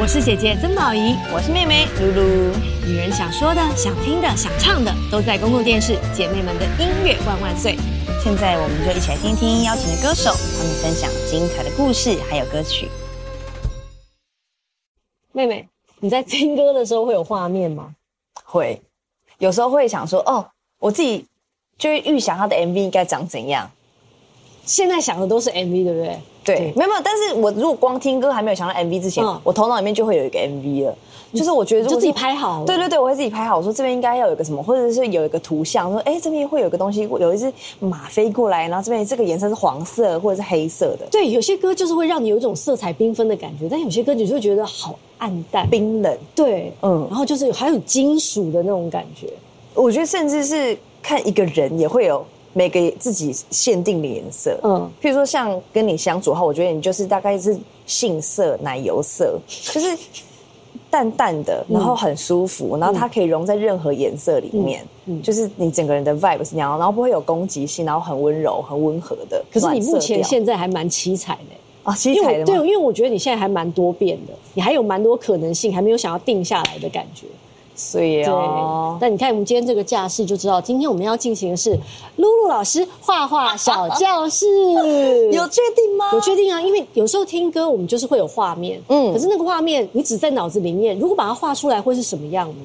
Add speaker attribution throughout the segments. Speaker 1: 我是姐姐曾宝仪，
Speaker 2: 我是妹妹露露。
Speaker 1: 女人想说的、想听的、想唱的，都在公共电视。姐妹们的音乐万万岁！
Speaker 2: 现在我们就一起来听听邀请的歌手，他们分享精彩的故事还有歌曲。
Speaker 1: 妹妹，你在听歌的时候会有画面吗？
Speaker 2: 会，有时候会想说，哦，我自己就会预想他的 MV 应该长怎样。
Speaker 1: 现在想的都是 MV，对不对？
Speaker 2: 对，没有没有，但是我如果光听歌还没有想到 MV 之前，
Speaker 1: 嗯
Speaker 2: 我头脑里面就会有一个 MV 了。就是我觉得
Speaker 1: 你
Speaker 2: 如
Speaker 1: 就
Speaker 2: 果
Speaker 1: 自己拍好了。
Speaker 2: 对对对，我会自己拍好。我说这边应该要有一个什么，或者是有一个图像，说哎这边会有一个东西，有一只马飞过来，然后这边这个颜色是黄色或者是黑色的，
Speaker 1: 对，有些歌就是会让你有一种色彩缤纷的感觉，但有些歌你就会觉得好暗淡。
Speaker 2: 冰冷。
Speaker 1: 对，嗯
Speaker 2: 嗯，
Speaker 1: 然后就是有还有金属的那种感觉。
Speaker 2: 我觉得甚至是看一个人也会有每个自己限定的颜色。
Speaker 1: 嗯
Speaker 2: 嗯，譬如说像跟你相处后，我觉得你就是大概是杏色、奶油色，就是淡淡的，
Speaker 1: 嗯
Speaker 2: 然后很舒服，然后它可以融在任何颜色里面。
Speaker 1: 嗯嗯
Speaker 2: 就是你整个人的 vibe 是那样，然后不会有攻击性，然后很温柔、很温和的。
Speaker 1: 可是你目前
Speaker 2: 暖色调
Speaker 1: 现在还蛮七彩的、
Speaker 2: 啊，七
Speaker 1: 因
Speaker 2: 彩
Speaker 1: 为
Speaker 2: 的
Speaker 1: 我对，
Speaker 2: 吗？
Speaker 1: 因为我觉得你现在还蛮多变的，你还有蛮多可能性，还没有想要定下来的感觉。
Speaker 2: 所以哦，
Speaker 1: 那你看我们今天这个架势就知道，今天我们要进行的是露露老师画画小教室。
Speaker 2: 有确定吗？
Speaker 1: 有确定啊，因为有时候听歌我们就是会有画面，嗯，
Speaker 2: 嗯
Speaker 1: 可是那个画面你只在脑子里面，如果把它画出来会是什么样呢？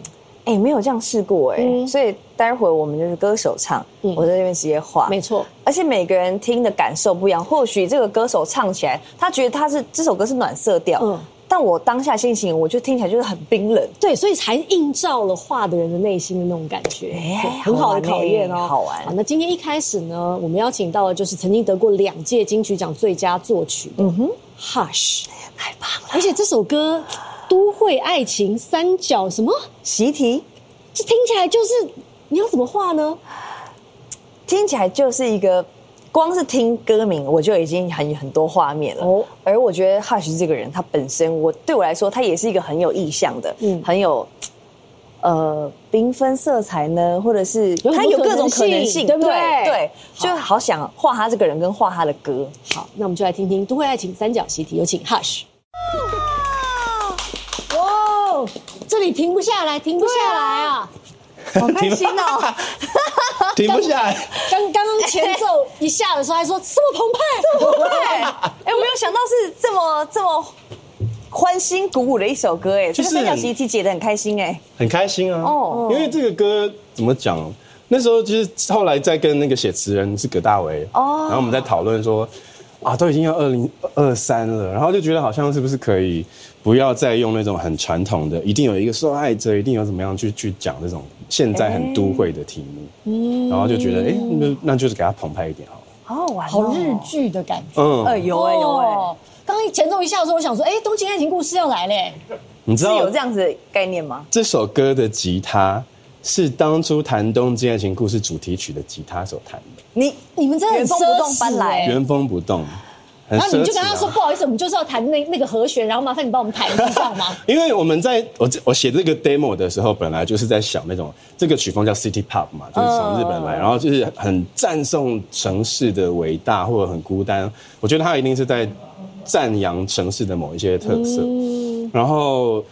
Speaker 2: 哎、没有这样试过哎、
Speaker 1: 嗯
Speaker 2: 所以待会儿我们就是歌手唱，
Speaker 1: 嗯
Speaker 2: 我在这边直接画，
Speaker 1: 没错，
Speaker 2: 而且每个人听的感受不一样，或许这个歌手唱起来，他觉得他是这首歌是暖色调，
Speaker 1: 嗯
Speaker 2: 但我当下心情，我就听起来就是很冰冷。
Speaker 1: 对，所以才映照了画的人的内心的那种感觉，
Speaker 2: 哎
Speaker 1: 对
Speaker 2: 好
Speaker 1: 很好的
Speaker 2: 玩
Speaker 1: 考验哦。
Speaker 2: 哎好玩
Speaker 1: 好，那今天一开始呢，我们邀请到的就是曾经得过两届金曲奖最佳作曲的
Speaker 2: 嗯哼，
Speaker 1: Hush，
Speaker 2: 太棒了！
Speaker 1: 而且这首歌《都会爱情三角》什么，
Speaker 2: 习题
Speaker 1: 这听起来就是你要怎么画呢？
Speaker 2: 听起来就是一个，光是听歌名我就已经很很多画面了。
Speaker 1: 哦
Speaker 2: 而我觉得 Hush 这个人，他本身我对我来说，他也是一个很有意象的，
Speaker 1: 嗯
Speaker 2: 很有呃缤纷色彩呢，或者是
Speaker 1: 有很多
Speaker 2: 他有各种
Speaker 1: 可
Speaker 2: 可
Speaker 1: 能
Speaker 2: 能
Speaker 1: 性
Speaker 2: 性，
Speaker 1: 对不对
Speaker 2: 对，
Speaker 1: 好
Speaker 2: 就好想画他这个人跟画他的歌。
Speaker 1: 好，那我们就来听听《都会爱情三角》习题，有请 Hush。哇，这里停不下来，停不下来啊！
Speaker 2: 好开心哦！
Speaker 3: 停不下来。
Speaker 1: 刚刚刚前奏一下的时候还说这么澎湃，这么澎
Speaker 2: 对，哎、我没有想到是这么这么欢欣鼓舞的一首歌，哎，
Speaker 3: 就是
Speaker 2: 这个三角习题解的很开心，哎，
Speaker 3: 很开心啊。
Speaker 2: 哦
Speaker 3: 哦，因为这个歌怎么讲？那时候就是后来在跟那个写词人是葛大为，
Speaker 2: 哦
Speaker 3: 哦，然后我们在讨论说，啊，都已经要二零二三了，然后就觉得好像是不是可以不要再用那种很传统的，一定有一个受害者，一定有怎么样去去讲这种现在很都会的题目，嗯，然后就觉得，哎、那那就是给它澎湃一点好了，
Speaker 2: 好好玩、哦，
Speaker 1: 好日剧的感觉。
Speaker 3: 嗯，
Speaker 2: 哎，有哎、有哎、
Speaker 1: 哦刚刚前奏一下的时候，我想说，哎，《东京爱情故事》要来嘞，
Speaker 3: 你知
Speaker 2: 是
Speaker 3: 道
Speaker 2: 有这样子的概念吗？
Speaker 3: 这首歌的吉他是当初弹《东京爱情故事》主题曲的吉他手弹的。
Speaker 2: 你
Speaker 1: 你们真的很
Speaker 2: 原封
Speaker 1: 奢
Speaker 2: 不动
Speaker 1: 侈
Speaker 2: 搬来
Speaker 1: 哎
Speaker 3: 原封不动，
Speaker 1: 然
Speaker 3: 很
Speaker 1: 后你
Speaker 3: 奢
Speaker 1: 们就
Speaker 3: 侈、
Speaker 1: 跟他说，
Speaker 3: 啊。
Speaker 1: 不好意思，我们就是要弹那那个和弦，然后麻烦你帮我们弹一下，这样吗？
Speaker 3: 因为我们在我这我写这个 demo 的时候，本来就是在想那种这个曲风叫 city pop 嘛，就是从日本来，然后就是很赞颂城市的伟大或者很孤单。我觉得他一定是在赞扬城市的某一些特色。然后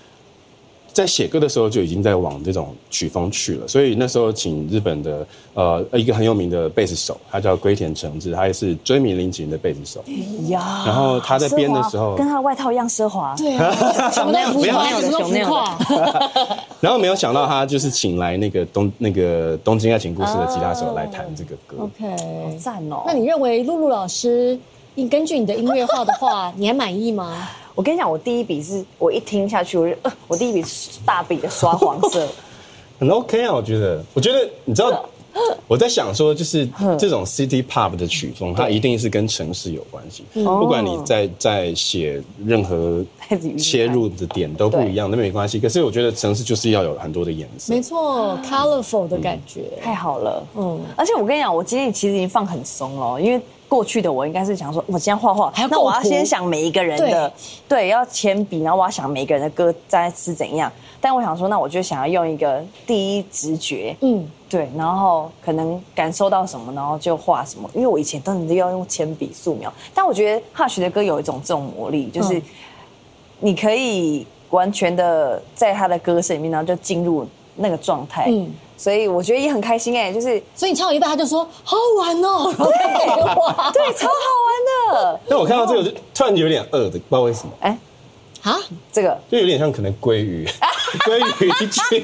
Speaker 3: 在写歌的时候就已经在往这种曲风去了，所以那时候请日本的呃一个很有名的贝斯手，他叫龟田诚志，他也是追名林檎的贝斯手。
Speaker 2: 呀，
Speaker 3: 然后他在编的时
Speaker 2: 奢华
Speaker 3: 候，
Speaker 2: 跟他的外套一样奢华，
Speaker 1: 对啊，什么都浮
Speaker 3: 不要
Speaker 1: 夸，
Speaker 3: 那样
Speaker 1: 什么都
Speaker 2: 熊那
Speaker 1: 浮
Speaker 2: 样
Speaker 1: 夸。
Speaker 3: 然后没有想到他就是请来那个东那个东京爱情故事的吉他手来弹这个歌。
Speaker 1: OK，
Speaker 2: 赞哦。
Speaker 1: 那你认为露露老师，你根据你的音乐化的 话，你还满意吗？
Speaker 2: 我跟你讲，我第一笔是我一听下去，我就、呃、我第一笔是大笔的刷黄 色，
Speaker 3: 很 OK 啊，我觉得，我觉得你知道，我在想 说，就是这种 City Pop 的曲风，它一定是跟城市有关系。
Speaker 1: 嗯哦
Speaker 3: 不管你在在写任何
Speaker 2: 太子瑜伽
Speaker 3: 切入的点都不一样，那没关系。可是我觉得城市就是要有很多的颜色
Speaker 1: 没。错，colorful 的感觉。
Speaker 2: 太好了。
Speaker 1: 嗯
Speaker 2: 嗯，而且我跟你讲，我今天其实已经放很松了哦，因为过去的我应该是想说，我今天画画
Speaker 1: 还要，
Speaker 2: 那
Speaker 1: 构
Speaker 2: 我要
Speaker 1: 图
Speaker 2: 先想每一个人的，对，要铅笔，然后我要想每一个人的歌在是怎样。但我想说，那我就想要用一个第一直觉，
Speaker 1: 嗯，
Speaker 2: 对，然后可能感受到什么，然后就画什么。因为我以前真的要用铅笔素描，但我觉得 Hush 的歌有一种这种魔力，就是
Speaker 1: 嗯
Speaker 2: 你可以完全的在他的歌声里面，然后就进入那个状态。
Speaker 1: 嗯
Speaker 2: 嗯，所以我觉得也很开心哎、就是
Speaker 1: 所以你唱到一半，他就说好好玩哦， 然后开始给我
Speaker 2: 对，超好玩的。
Speaker 3: 但我看到这个就突然有点饿的，不知道为什么，
Speaker 2: 哎、
Speaker 1: 啊，
Speaker 2: 这个
Speaker 3: 就有点像可能鲑 鱼，鲑鱼君，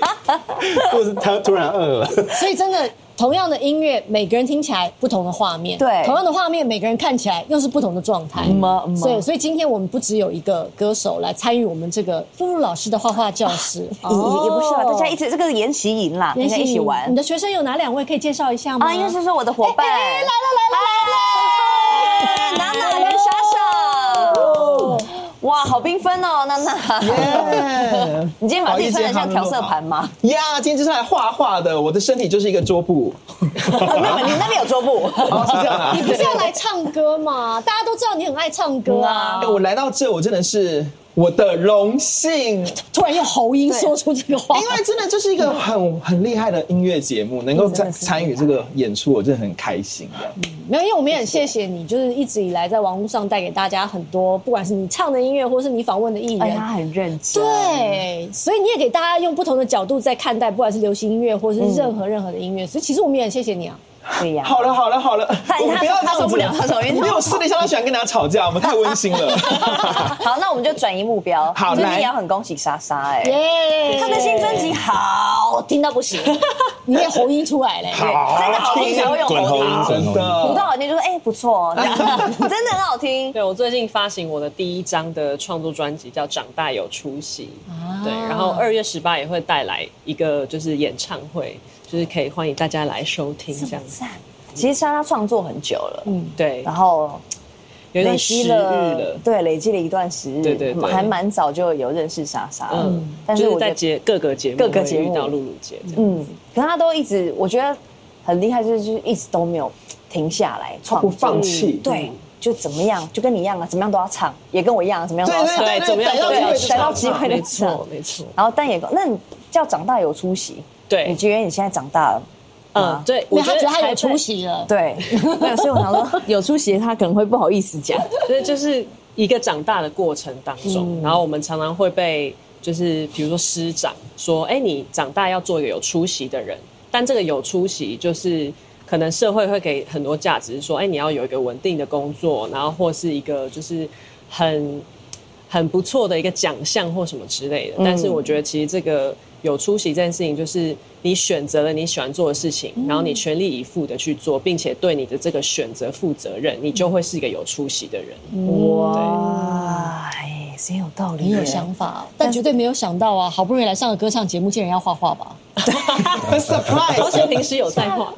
Speaker 3: 或是他突然饿了。
Speaker 1: 所以真的。同样的音乐，每个人听起来不同的画面，
Speaker 2: 对
Speaker 1: 同样的画面，每个人看起来又是不同的状态。
Speaker 2: 么嗯
Speaker 1: 所以，所以今天我们不只有一个歌手来参与我们这个露露老师的画画教室，
Speaker 2: 也也也不是啦，大家一
Speaker 1: 起
Speaker 2: 起这个是研习营啦，大家一起玩
Speaker 1: 你的学生有哪两位可以介绍一下吗？
Speaker 2: 啊，应该是说我的伙伴。来
Speaker 1: 来
Speaker 2: 娜娜跟莎莎，哇，好缤纷哦，娜娜，
Speaker 4: 耶
Speaker 2: 你今天把自己穿的像调色盘吗？
Speaker 4: 呀！今天就是来画画的，我的身体就是一个 桌布。
Speaker 2: 没有，你那边有桌布。
Speaker 4: 哦，是这样啊
Speaker 1: 你不是要来唱歌吗？大家都知道你很爱唱歌啊
Speaker 4: 哎，我来到这，我真的是我的荣幸，哎
Speaker 1: 突然用喉音说出这个 话，
Speaker 4: 因为真的就是一个很很厉害的音乐节目，能够参参与这个演出，我真的很开心的。
Speaker 1: 没有，因为我们也很谢谢你，就是一直以来在网络上带给大家很多，不管是你唱的音乐，或是你访问的艺
Speaker 2: 哎，
Speaker 1: 人。
Speaker 2: 他很认真。
Speaker 1: 对，所以你也给大家用不同的角度在看待，不管是流行音乐或是任何任何的音乐，所以其实我们也很谢谢你啊。
Speaker 2: 对呀。
Speaker 4: 好了好了好了，
Speaker 2: 他
Speaker 4: 我们不要
Speaker 2: 他他受不了他受不了因为他
Speaker 4: 因为我私底下都喜欢跟大家吵架，我们太温馨了。
Speaker 2: 好，那我们就转移目标。
Speaker 4: 好
Speaker 2: 最近
Speaker 4: 来
Speaker 2: 也要很恭喜莎莎
Speaker 1: 耶、
Speaker 2: 哎，她的新专辑好听到不行，
Speaker 1: 你也喉音出来嘞。
Speaker 2: 对真的好听才会有
Speaker 3: 滚
Speaker 2: 喉
Speaker 3: 红音，
Speaker 2: 糖。
Speaker 3: 滚红
Speaker 4: 真
Speaker 3: 音。
Speaker 2: 古到
Speaker 4: 的，
Speaker 2: 好听就说哎不 错哦，这样真的很好听。
Speaker 5: 对我最近发行我的第一张的创作专辑叫《长大有出息》，
Speaker 2: 啊
Speaker 5: 对，然后二月十八也会带来一个就是演唱会，就是可以欢迎大家来收听这样子。
Speaker 2: 其实莎莎创作很久了，嗯，
Speaker 5: 对
Speaker 2: 然，后
Speaker 5: 有
Speaker 2: 累
Speaker 5: 一段食
Speaker 2: 积
Speaker 5: 欲
Speaker 2: 了
Speaker 5: 了，，
Speaker 2: 对，累积了一段时日，
Speaker 5: 对对对
Speaker 2: 还蛮早就有认识莎莎，嗯
Speaker 5: 嗯，
Speaker 2: 但是
Speaker 5: 就
Speaker 2: 我
Speaker 5: 是
Speaker 2: 觉
Speaker 5: 在
Speaker 2: 得，
Speaker 5: 节各个节目
Speaker 2: 各个节目
Speaker 5: 会遇到露露姐这样。
Speaker 2: 嗯，可是她都一直，我觉得很厉害，就是就是一直都没有停下来创
Speaker 4: 不
Speaker 2: 作，
Speaker 5: 哦
Speaker 4: 放弃。
Speaker 5: 嗯
Speaker 2: 对，就怎么样，就跟你一样啊，怎么样都要唱，也跟我一样啊，怎么样都要唱，
Speaker 5: 对，怎么样都要
Speaker 2: 对逮到机会
Speaker 5: 没
Speaker 2: 就唱
Speaker 5: 错，没错。
Speaker 2: 然后但也那你叫长大有出息，
Speaker 5: 对
Speaker 2: 你觉得你现在长大了，啊
Speaker 5: 嗯，对，
Speaker 1: 因为他觉得他有
Speaker 5: 还在
Speaker 1: 出息了，
Speaker 2: 对，没有，所以我想 说有出息，他可能会不好意思讲，
Speaker 5: 所以就是一个长大的过程当中，然后我们常常会被就是比如说师长说，哎、你长大要做一个有出息的人，但这个有出息就是。可能社会会给很多价值，说，哎、你要有一个稳定的工作，然后或是一个就是很很不错的一个奖项或什么之类的。但是我觉得其实这个有出息这件事情，就是你选择了你喜欢做的事情，然后你全力以赴的去做，并且对你的这个选择负责任，你就会是一个有出息的人。
Speaker 2: 哇，哎，真有道理
Speaker 1: 你
Speaker 2: 耶，
Speaker 1: 有想法，但绝对没有想到啊！好不容易来上个歌唱节目，竟然要画画吧？
Speaker 5: 而
Speaker 4: surprise，
Speaker 5: 且平时有在画，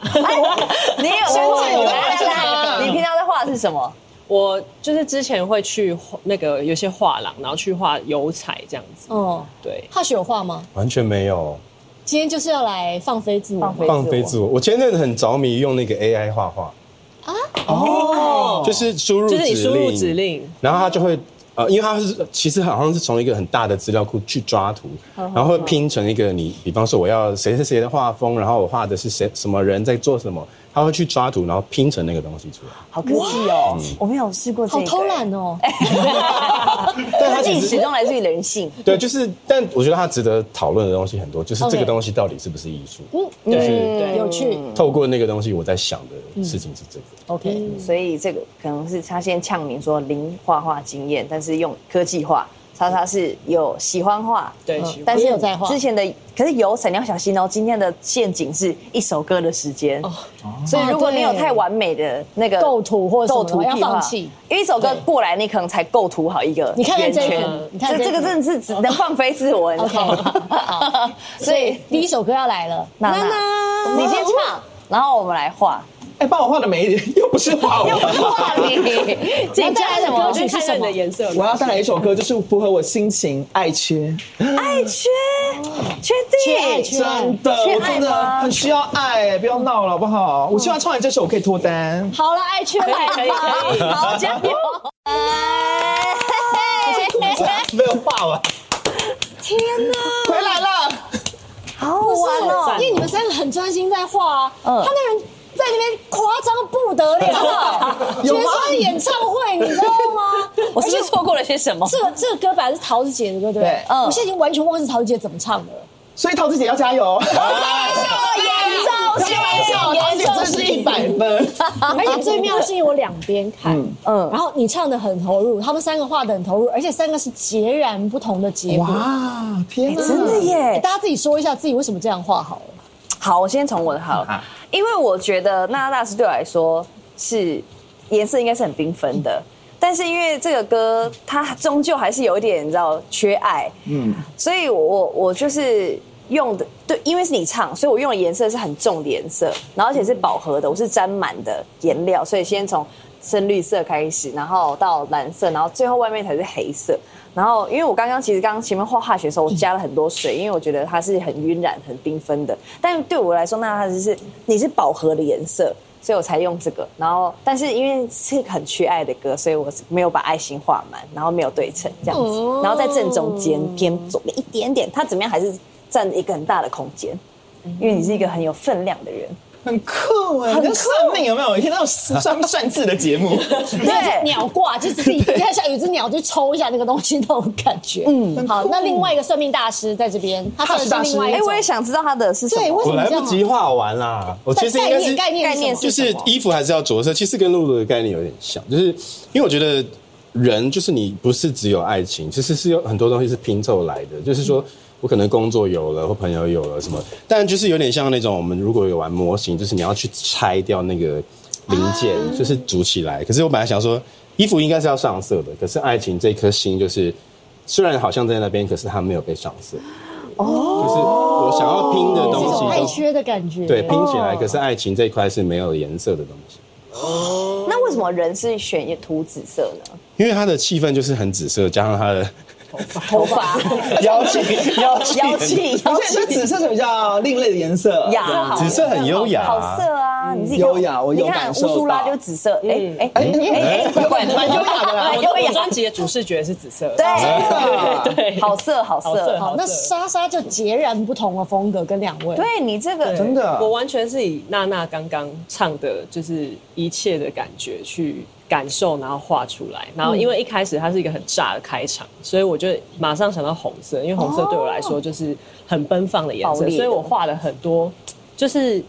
Speaker 2: 你也有
Speaker 4: 真
Speaker 2: 画
Speaker 4: 的有在
Speaker 2: 来
Speaker 4: 画
Speaker 2: 来来，你平常在画的是什么？
Speaker 5: 我就是之前会去画那个有些画廊，然后去画油彩这样子。
Speaker 1: 哦，
Speaker 5: 对，
Speaker 1: 怕雪有画吗？
Speaker 3: 完全没有
Speaker 1: 今天就是要来放飞自我
Speaker 2: 放。飞
Speaker 3: 放飞自我。我前阵子很着迷用那个 AI 画画，
Speaker 2: 哦，
Speaker 3: 就是输入
Speaker 5: 就是你输入指令，
Speaker 3: 然后它就会呃，因为它是其实好像是从一个很大的资料库去抓图，然后会拼成一个你，比方说我要谁谁谁的画风，然后我画的是谁什么人在做什么，它会去抓图，然后拼成那个东西出来。
Speaker 2: 好科技哦，
Speaker 3: 嗯
Speaker 2: 我没有试过这
Speaker 1: 好
Speaker 2: 个，
Speaker 1: 偷懒哦！
Speaker 2: 哎
Speaker 3: 但
Speaker 2: 科
Speaker 3: 它
Speaker 2: 技
Speaker 3: 其
Speaker 2: 始
Speaker 3: 实
Speaker 2: 终来自于人性，
Speaker 3: 对，就是但我觉得它值得讨论的东西很多，就是这
Speaker 1: OK
Speaker 3: 个东西到底是不是艺术？
Speaker 5: 对
Speaker 3: 嗯
Speaker 5: 对，
Speaker 1: 有趣
Speaker 3: 透过那个东西，我在想的事情是这个。
Speaker 1: ，OK，
Speaker 2: 所以这个可能是他先呛你说零画画经验，但是用科技画。莎莎是有喜欢画，
Speaker 5: 对喜欢
Speaker 2: 但是
Speaker 1: 也有在画
Speaker 2: 之前的可是有彩你要小心哦。今天的陷阱是一首歌的时间，所以如果你有太完美的那个
Speaker 1: 构图或什么
Speaker 2: 哦构
Speaker 1: 的
Speaker 2: 图计划
Speaker 1: 要放弃，
Speaker 2: 因为一首歌过来，你可能才构图好一个
Speaker 1: 你看看
Speaker 2: 圆
Speaker 1: 这一
Speaker 2: 圈
Speaker 1: 幅你看
Speaker 2: 这
Speaker 1: 这一
Speaker 2: 这个
Speaker 1: 幅
Speaker 2: 真的是只能放飞自我，你知道
Speaker 1: OK，好
Speaker 2: 吗？ 所
Speaker 1: 所以
Speaker 2: 以
Speaker 1: 第一首歌要来了，
Speaker 2: 娜娜，你先唱，然后我们来画。
Speaker 4: 哎，帮我画的美一点，又不是画
Speaker 2: 又不
Speaker 4: 我。
Speaker 2: 画你，紧张什么
Speaker 1: 歌？曲是
Speaker 5: 看
Speaker 1: 什
Speaker 5: 看你
Speaker 1: 么
Speaker 5: 的？颜色
Speaker 4: 我
Speaker 5: 吧。
Speaker 4: 要带来一首歌，就是符合我心情，爱缺。
Speaker 2: 爱缺，确
Speaker 1: 缺爱
Speaker 2: 定，
Speaker 1: 缺
Speaker 4: 真的，
Speaker 2: 缺
Speaker 4: 我
Speaker 2: 爱
Speaker 4: 真
Speaker 2: 吗
Speaker 4: 的很需要爱，不要闹了好不好？我希望唱完这首我可以脱单。
Speaker 1: 好了，爱去
Speaker 5: 可以
Speaker 1: 来
Speaker 5: 可以可以，
Speaker 2: 好加 油！
Speaker 4: 没有画完，
Speaker 2: 天哪，
Speaker 4: 回来了。
Speaker 2: 好好玩哦！
Speaker 1: 因为你们三个很专心在画啊，
Speaker 2: 嗯
Speaker 1: 他那人在那边夸 张不得了，全是演唱会，你知道吗？
Speaker 2: 我是不是错过了
Speaker 6: 些什么？
Speaker 1: 这个这个歌本来是桃子姐的歌，对不对
Speaker 4: 对？
Speaker 6: 嗯
Speaker 1: 我现在已经完全忘记桃子姐怎么唱的了。
Speaker 4: 所以桃子姐要加 油！
Speaker 2: 啊
Speaker 6: 严重性，
Speaker 2: 哎
Speaker 4: 桃子
Speaker 1: 啊
Speaker 4: 姐真的是一百分。
Speaker 1: 而且最妙的是因为我两边看，
Speaker 4: 嗯
Speaker 1: 嗯，然后你唱的很投入，他们三个画的很投入，而且三个是截然不同的结果。
Speaker 4: 哇，天啊哪！
Speaker 2: 真的
Speaker 1: 哎
Speaker 2: 耶！
Speaker 1: 大家自己说一下自己为什么这样画好了。
Speaker 2: 好，我先从我的好了
Speaker 4: 啊，
Speaker 2: 因为我觉得娜娜大师对我来说是颜色应该是很缤纷的，但是因为这个歌它终究还是有一点你知道缺爱，
Speaker 4: 嗯，
Speaker 2: 所以我我我就是用的对，因为是你唱，所以我用的颜色是很重的颜色，然后而且是饱和的，我是沾满的颜料，所以先从深绿色开始，然后到蓝色，然后最后外面才是黑色。然后，因为我刚刚其实刚刚前面画化学的时候，我加了很多水，因为我觉得它是很晕染、很缤纷的。但对我来说，那它只是你是饱和的颜色，所以我才用这个。然后，但是因为是很缺爱的歌，所以我没有把爱心画满，然后没有对称这样子，然后在正中间偏左边一点点，它怎么样还是占一个很大的空间，因为你是一个很有分量的人。
Speaker 4: 很酷哎，很算命有没有？听到算算字的节 目，
Speaker 1: 对，鸟卦就是自己看一下有一只鸟就抽一下那个东西那种感觉。嗯，好，那另外一个算命大师在这边，他唱的是另外一
Speaker 2: 哎，
Speaker 1: 种。
Speaker 2: 我也想知道它的是什
Speaker 1: 对，
Speaker 2: 么。
Speaker 1: 为什
Speaker 3: 我
Speaker 1: 么
Speaker 3: 来
Speaker 1: 这
Speaker 3: 不
Speaker 1: 样？
Speaker 3: 及画完啦，我其实应
Speaker 1: 概
Speaker 3: 该
Speaker 1: 念
Speaker 3: 是
Speaker 1: 概念
Speaker 2: 概念
Speaker 1: 是
Speaker 2: 是
Speaker 1: 什么
Speaker 3: 就是衣服还是要着色，其实跟露露的概念有点像，就是因为我觉得人就是你不是只有爱情，其实是有很多东西是拼凑来的，就是
Speaker 1: 嗯
Speaker 3: 说。我可能工作有了，或朋友有了什么，但就是有点像那种我们如果有玩模型，就是你要去拆掉那个零件，
Speaker 1: 啊
Speaker 3: 就是组起来。可是我本来想说，衣服应该是要上色的，可是爱情这颗心就是，虽然好像在那边，可是它没有被上色。哦，就是我想要拼的
Speaker 1: 这种
Speaker 3: 东西
Speaker 1: 爱
Speaker 3: 都
Speaker 1: 缺的感觉。
Speaker 3: 对，拼起来，可是爱情这一块是没有颜色的东西，
Speaker 2: 那为什么人是选涂紫色呢？
Speaker 3: 因为它的气氛就是很紫色，加上它的
Speaker 2: 头 发、
Speaker 4: 妖 气妖气
Speaker 2: 妖气、
Speaker 4: 而且是紫色是比较另类的颜色，
Speaker 2: 雅好
Speaker 3: 紫色很优雅、
Speaker 2: 好色啊！你自己给
Speaker 4: 优雅我有
Speaker 2: 你看
Speaker 4: 感
Speaker 2: 乌
Speaker 4: 受
Speaker 2: 苏拉
Speaker 4: 到
Speaker 2: 就是紫色，哎哎
Speaker 4: 哎
Speaker 2: 哎哎，怪怪的，
Speaker 4: 蛮优雅的啦啊
Speaker 2: 蛮
Speaker 5: 我
Speaker 2: 哎优
Speaker 5: 的
Speaker 2: 雅
Speaker 5: 我专辑的主视觉是紫色，
Speaker 2: 对，好色好
Speaker 5: 好色
Speaker 2: 色，
Speaker 1: 好，那莎莎就截然不同的风格跟两位。
Speaker 2: 对你这个
Speaker 5: 对
Speaker 4: 真的
Speaker 5: 我完全是以娜娜刚刚唱的，就是一切的感觉去感受，然后画出来。然后因为一开始它是一个很炸的开场，所以我就马上想到红色，因为红色对我来
Speaker 4: 哦
Speaker 5: 说就是很奔放的颜
Speaker 2: 爆
Speaker 5: 色，
Speaker 2: 裂的
Speaker 5: 所以我画了很多，就是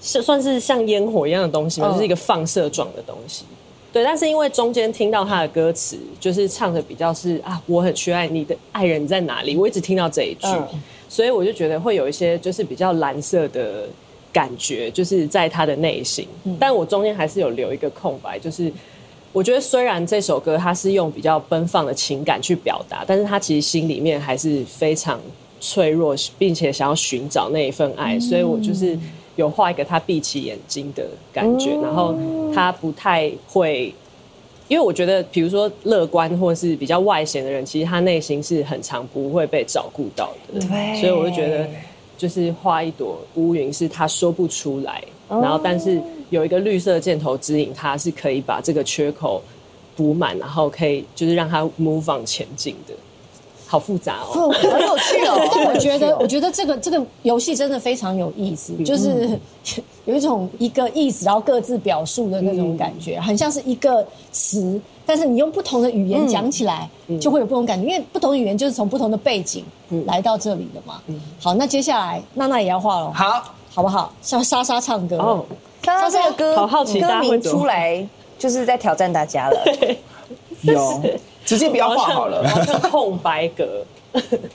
Speaker 5: 是算是像烟火一样的东西嘛，
Speaker 2: 嗯
Speaker 5: 就是一个放射状的东西。对，但是因为中间听到他的歌词，就是唱的比较是啊，我很缺爱你的爱人在哪
Speaker 2: 嗯
Speaker 5: 里，我一直听到这一句，所以我就觉得会有一些就是比较蓝色的感觉，就是在他的内心。
Speaker 2: 嗯
Speaker 5: 但我中间还是有留一个空白，就是我觉得虽然这首歌它是用比较奔放的情感去表达，但是他其实心里面还是非常脆弱，并且想要寻找那一份爱，所以我就是有画一个他闭起眼睛的感觉，然后他不太会。因为我觉得，比如说乐观或是比较外显的人，其实他内心是很常不会被照顾到的。对，所以我就觉得，就是画一朵乌云，是他说不出来，然后但是有一个绿色的箭头指引他，是可以把这个缺口补满，然后可以就是让他 move on 前进的。好复杂 哦，
Speaker 2: 好有趣哦。
Speaker 1: 我觉得，我觉得这个这个游戏真的非常有意思，
Speaker 5: 嗯
Speaker 1: 就是 有一种一个意思，然后各自表述的那种感
Speaker 5: 嗯
Speaker 1: 觉，很像是一个词，但是你用不同的语
Speaker 5: 嗯
Speaker 1: 言讲起来，就会有不同感觉，因为不同语言就是从不同的背景
Speaker 5: 嗯
Speaker 1: 来到这里的嘛。好，那接下来娜娜也要画了，
Speaker 4: 好，
Speaker 1: 好不好？像莎莎唱歌，
Speaker 5: 哦，
Speaker 2: 刚刚这个歌
Speaker 5: 好好奇大
Speaker 2: 歌
Speaker 5: 家会
Speaker 2: 名
Speaker 5: 怎么
Speaker 2: 出来就是在挑战大家了。
Speaker 4: 有直接不要画好 了，
Speaker 5: 好像空白格，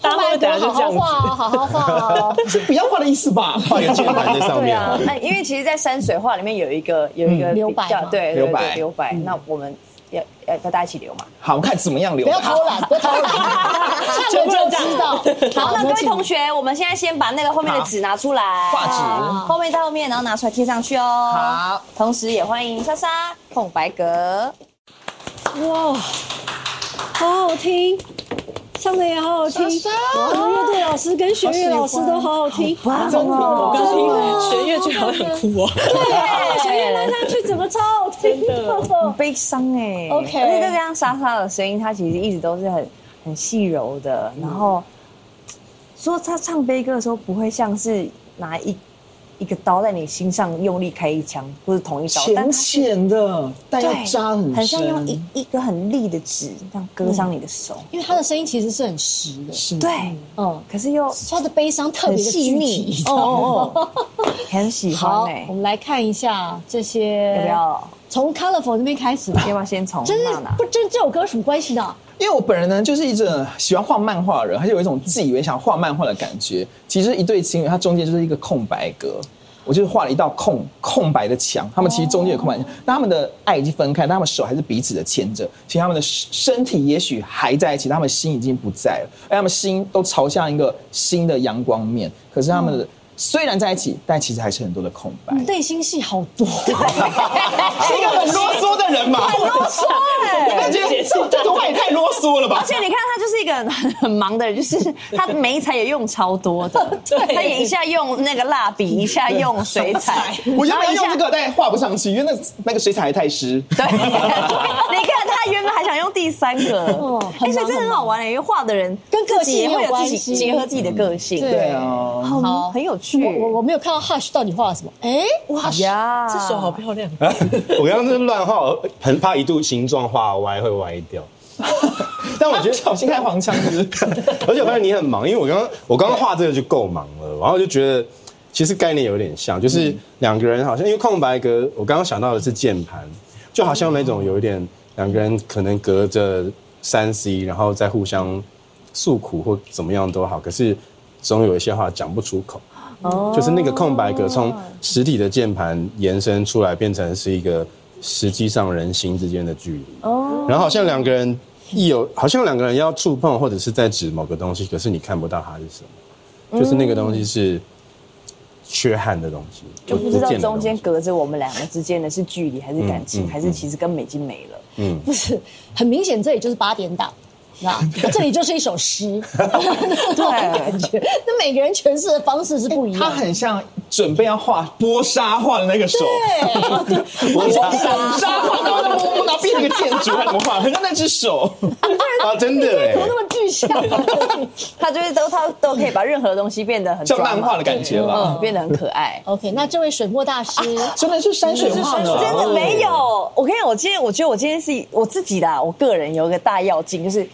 Speaker 5: 大
Speaker 1: 后
Speaker 5: 家会不
Speaker 1: 来
Speaker 5: 会等
Speaker 1: 好
Speaker 5: 下就这
Speaker 1: 好
Speaker 5: 样子
Speaker 1: 画哦，好好画 哦。
Speaker 4: 是不要画的意思吧？
Speaker 3: 画一个键盘在上
Speaker 2: 对
Speaker 3: 面
Speaker 2: 啊
Speaker 4: 哦
Speaker 3: 啊，，
Speaker 2: 那因为其实，在山水画里面有一个有一个
Speaker 1: 嗯
Speaker 2: 比较
Speaker 1: 留白嘛嗯
Speaker 2: 对
Speaker 4: 留
Speaker 2: 对
Speaker 4: 白
Speaker 2: 对留白。那我们要要要大家一起留嘛？
Speaker 4: 好，我们看怎么样留
Speaker 1: 不要
Speaker 4: 白。
Speaker 1: 偷懒，不要偷 懒，看了就知道。
Speaker 2: 好，那各位同
Speaker 1: 学，
Speaker 2: 学，我们现在先把那个后面的纸拿出来，
Speaker 4: 画纸
Speaker 2: 后面到后面，然后拿出来贴上去哦。
Speaker 4: 好，
Speaker 2: 同时也欢迎莎莎空白格。
Speaker 1: 哇，好好听，唱的也好好听，我们乐队老师跟学乐老师都好好听，哇，
Speaker 4: 真的
Speaker 5: 我
Speaker 4: 哦，
Speaker 5: 刚听弦乐居然会很酷哦，
Speaker 1: 对，学乐拉上去怎么超好听的。
Speaker 2: 悲伤哎、
Speaker 1: OK
Speaker 2: 而且再加上莎莎的声音，她其实一直都是很很细柔的，然后说她唱悲歌的时候不会像是拿一一个刀在你心上用力开一枪，不是同一刀，但
Speaker 4: 浅
Speaker 2: 它是
Speaker 4: 浅的，但要
Speaker 2: 对
Speaker 4: 扎很深，
Speaker 2: 很像用一一个很利的纸这样割伤你的手，
Speaker 1: 因为他的声音其实是很实的，
Speaker 4: 是
Speaker 2: 对，
Speaker 1: 嗯，
Speaker 2: 可是又
Speaker 1: 他的悲伤特别的具
Speaker 2: 很细腻
Speaker 1: 体。
Speaker 2: 哦哦哦，很喜欢
Speaker 1: 好
Speaker 2: 哎、，
Speaker 1: 我们来看一下这些，
Speaker 2: 要不要？
Speaker 1: 从 Colorful 那边开始吧？
Speaker 2: 要不要先从
Speaker 1: 真
Speaker 2: 娜
Speaker 1: 是
Speaker 2: 娜
Speaker 1: 不这这首歌有什么关系呢？
Speaker 4: 因为我本人呢，就是一种喜欢画漫画的人，他就有一种自以为想画漫画的感觉。其实一对情侣，它中间就是一个空白格，我就是画了一道空空白的墙。他们其实中间有空白墙，但他们的爱已经分开，但他们手还是彼此的牵着。其实他们的身身体也许还在一起，但他们心已经不在了，而他们心都朝向一个新的阳光面。可是他们的、虽然在一起，但其实还是很多的空白。
Speaker 1: 你内心戏好多，
Speaker 4: 是一个很啰嗦的人嘛，
Speaker 2: 啰嗦
Speaker 1: 欸
Speaker 2: 哎、
Speaker 4: 感觉 这这种话也太啰嗦了吧
Speaker 2: 而？ 且你看，他就是一个很很忙的人，就是他每彩也用超多 的，他也一下用那个蜡笔，一下用水彩，
Speaker 4: 我原本
Speaker 2: 然后一
Speaker 4: 用
Speaker 2: 下
Speaker 4: 这个，但也画不上去，因为那那个水彩还太湿。
Speaker 2: 对， 你看他原本还想用第三个，
Speaker 1: 哦
Speaker 2: 哎、
Speaker 1: 很忙
Speaker 2: 所以这很好玩哎、因为画的人
Speaker 1: 跟个性
Speaker 2: 自己也会有自
Speaker 1: 有关系
Speaker 2: 己结合自己的个性，
Speaker 1: 对
Speaker 4: 对啊，
Speaker 2: 好，很有趣。
Speaker 1: 我我我没有看到 Hush 到底画了什么？哎，
Speaker 2: 哇呀，
Speaker 5: 这手好漂亮，
Speaker 3: 我刚刚真的乱画，我很怕一度形状画歪会歪掉。 但我觉得
Speaker 4: 小心开黄腔是不是？
Speaker 3: 而且我发现你很忙，因为我刚刚我刚刚画这个就够忙了，然后就觉得其实概念有点像，就是两个人好像因为空白格，我刚刚想到的是键盘，就好像那种有一点两个人可能隔着三 C，然后再互相诉苦或怎么样都好，可是总有一些话讲不出口。就是那个空白格从实体的键盘延伸出来，变成是一个实际上人心之间的距离。哦，然后好像两个人一有，好像两个人要触碰或者是在指某个东西，可是你看不到它是什么，就是那个东西是缺憾的东西，
Speaker 2: 就不知道
Speaker 3: 见的
Speaker 2: 中
Speaker 3: 东西
Speaker 2: 间隔着我们两个之间的是距离还是感情，
Speaker 3: 嗯嗯
Speaker 2: 还是其实根本已经没了。
Speaker 1: 不是，很明显这里就是八点 档。那这里就是一首诗，那种感觉。那每个人诠释的方式是不一样
Speaker 4: 他
Speaker 1: 的。
Speaker 4: 很像准备要画波沙画的那个手，
Speaker 3: 我
Speaker 4: 手沙画，然后在摸摸，然后变成一个建筑，还怎么画？很像那只手，
Speaker 3: 啊，真的哎
Speaker 1: 怎么，那么具象啊？
Speaker 2: 他就是都他都可以把任何东西变得很
Speaker 4: 像漫画的
Speaker 2: drama，
Speaker 4: 感觉吧？
Speaker 2: 嗯，变得很可爱。
Speaker 1: OK，那这位水墨大 师，
Speaker 4: 真的是山水画呢，
Speaker 2: 真的没有，我跟你讲，我今天我觉得我今天是我自己啦，我个人有一个大要劲，就是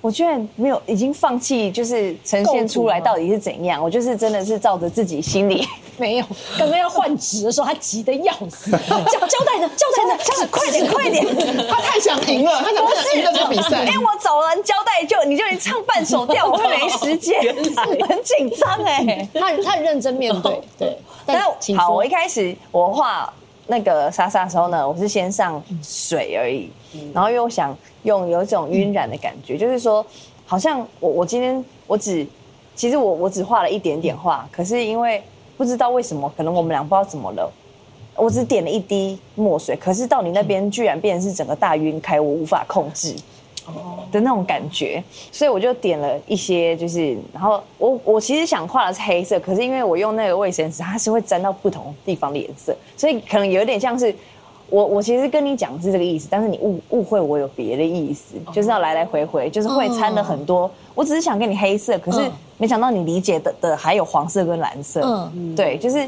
Speaker 2: 我居然没有已经放弃，就是呈现出来
Speaker 1: 构图吗
Speaker 2: 到底是怎样，我就是真的是照着自己心里。
Speaker 1: 没有，刚刚要换纸的时候，他急得要死，交交代呢，交代呢，
Speaker 2: 真的快点快点！
Speaker 4: 他太想赢了，他想他想赢了这个比
Speaker 2: 因
Speaker 4: 赛
Speaker 2: 为。我找人交代就你就已经唱半首调，我会没时间， 很紧张哎。
Speaker 1: 他他很认真面对，对。
Speaker 2: 但
Speaker 1: 请
Speaker 2: 好，
Speaker 1: 说
Speaker 2: 我一开始我画那个莎莎的时候呢，我是先上
Speaker 1: 嗯
Speaker 2: 水而已，然后又想用有一种晕染的感觉，就是说，好像我我今天我只其实我我只画了一点点画，可是因为不知道为什么，可能我们俩不知道怎么了。我只点了一滴墨水，可是到你
Speaker 1: 嗯
Speaker 2: 那边居然变成是整个大晕开，我无法控制。
Speaker 1: 哦
Speaker 2: 的那种感觉，所以我就点了一些，就是然后我我其实想画的是黑色，可是因为我用那个卫生纸，它是会沾到不同地方的颜色，所以可能有点像是我我其实跟你讲的是这个意思，但是你误误会我有别的意思，
Speaker 1: 哦
Speaker 2: 就是要来来回回，就是会掺了很多。我只是想给你黑色，可是
Speaker 1: 嗯
Speaker 2: 没想到你理解的的还有黄色跟蓝色，
Speaker 1: 嗯
Speaker 2: 对，就是。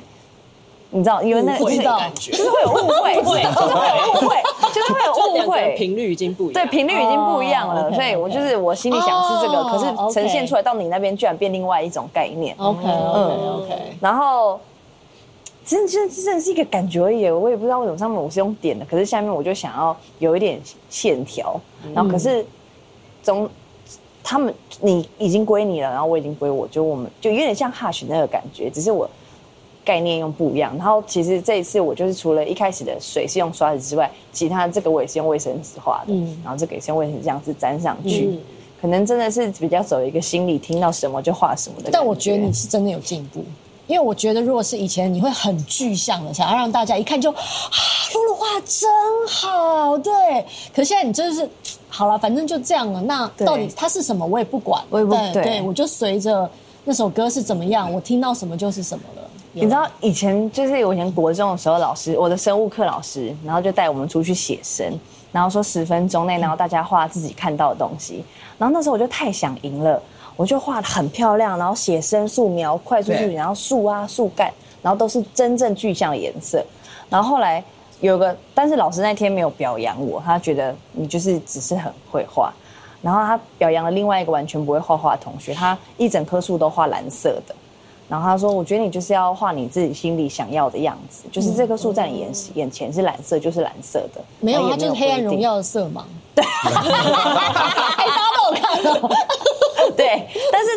Speaker 2: 你知道，因为那
Speaker 5: 误
Speaker 2: 就
Speaker 5: 会
Speaker 2: 是
Speaker 5: 的感觉
Speaker 2: 就是会有误会，
Speaker 5: 误会
Speaker 2: 就是会有误会，就是会有
Speaker 5: 这
Speaker 2: 误
Speaker 5: 两个
Speaker 2: 会
Speaker 5: 人。频率啊已经不一
Speaker 2: 对
Speaker 5: 样。
Speaker 2: 频率已经不一样了
Speaker 1: 哦，OK，
Speaker 2: 所以我就是我心里想是这个，
Speaker 1: 哦
Speaker 2: 可是
Speaker 1: OK
Speaker 2: 呈现出来到你那边居然变另外一种概
Speaker 5: 哦
Speaker 2: 念。
Speaker 1: ，OK OK OK，
Speaker 2: 然后，真真真的是一个感觉而已，我也不知道为什么上面我是用点的，可是下面我就想要有一点线条，
Speaker 1: 嗯
Speaker 2: 然后可是总他们你已经归你了，然后我已经归我，就我们就有点像 hush 那个感觉，只是我概念用不一样。然后其实这一次我就是除了一开始的水是用刷子之外，其他这个我也是用卫生纸画的，
Speaker 1: 嗯
Speaker 2: 然后这个也是用卫生纸这样子粘上去。
Speaker 5: 嗯
Speaker 2: 可能真的是比较走一个心里听到什么就画什么的感，
Speaker 1: 但我觉得你是真的有进步，因为我觉得如果是以前，你会很具象的，想要让大家一看就啊，露露画得真好，对。可是现在你真的是好了，反正就这样了。那
Speaker 2: 对
Speaker 1: 到底它是什么，我也不管，
Speaker 2: 我也不对
Speaker 1: 对，我就随着那首歌是怎么样，我听到什么就是什么了。
Speaker 2: 你知道以前就是我以前国中的时候，老师我的生物课老师，然后就带我们出去写生，然后说十分钟内，然后大家画自己看到的东西。然后那时候我就太想赢了，我就画的很漂亮，然后写生素描快速处理，
Speaker 4: 对
Speaker 2: 然后树啊树干，然后都是真正具象的颜色。然后后来有个，但是老师那天没有表扬我，他觉得你就是只是很会画。然后他表扬了另外一个完全不会画画的同学，他一整棵树都画蓝色的。然后他说：“我觉得你就是要画你自己心里想要的样子，就是这棵树在你眼眼前是蓝色，就是蓝色的。
Speaker 1: 嗯没
Speaker 2: 然
Speaker 1: 有，
Speaker 2: 后
Speaker 1: 他
Speaker 2: 哦也
Speaker 1: 就是黑暗
Speaker 2: 规定
Speaker 1: 荣耀的色盲。 对，大家都有看哦到。
Speaker 2: 对，但是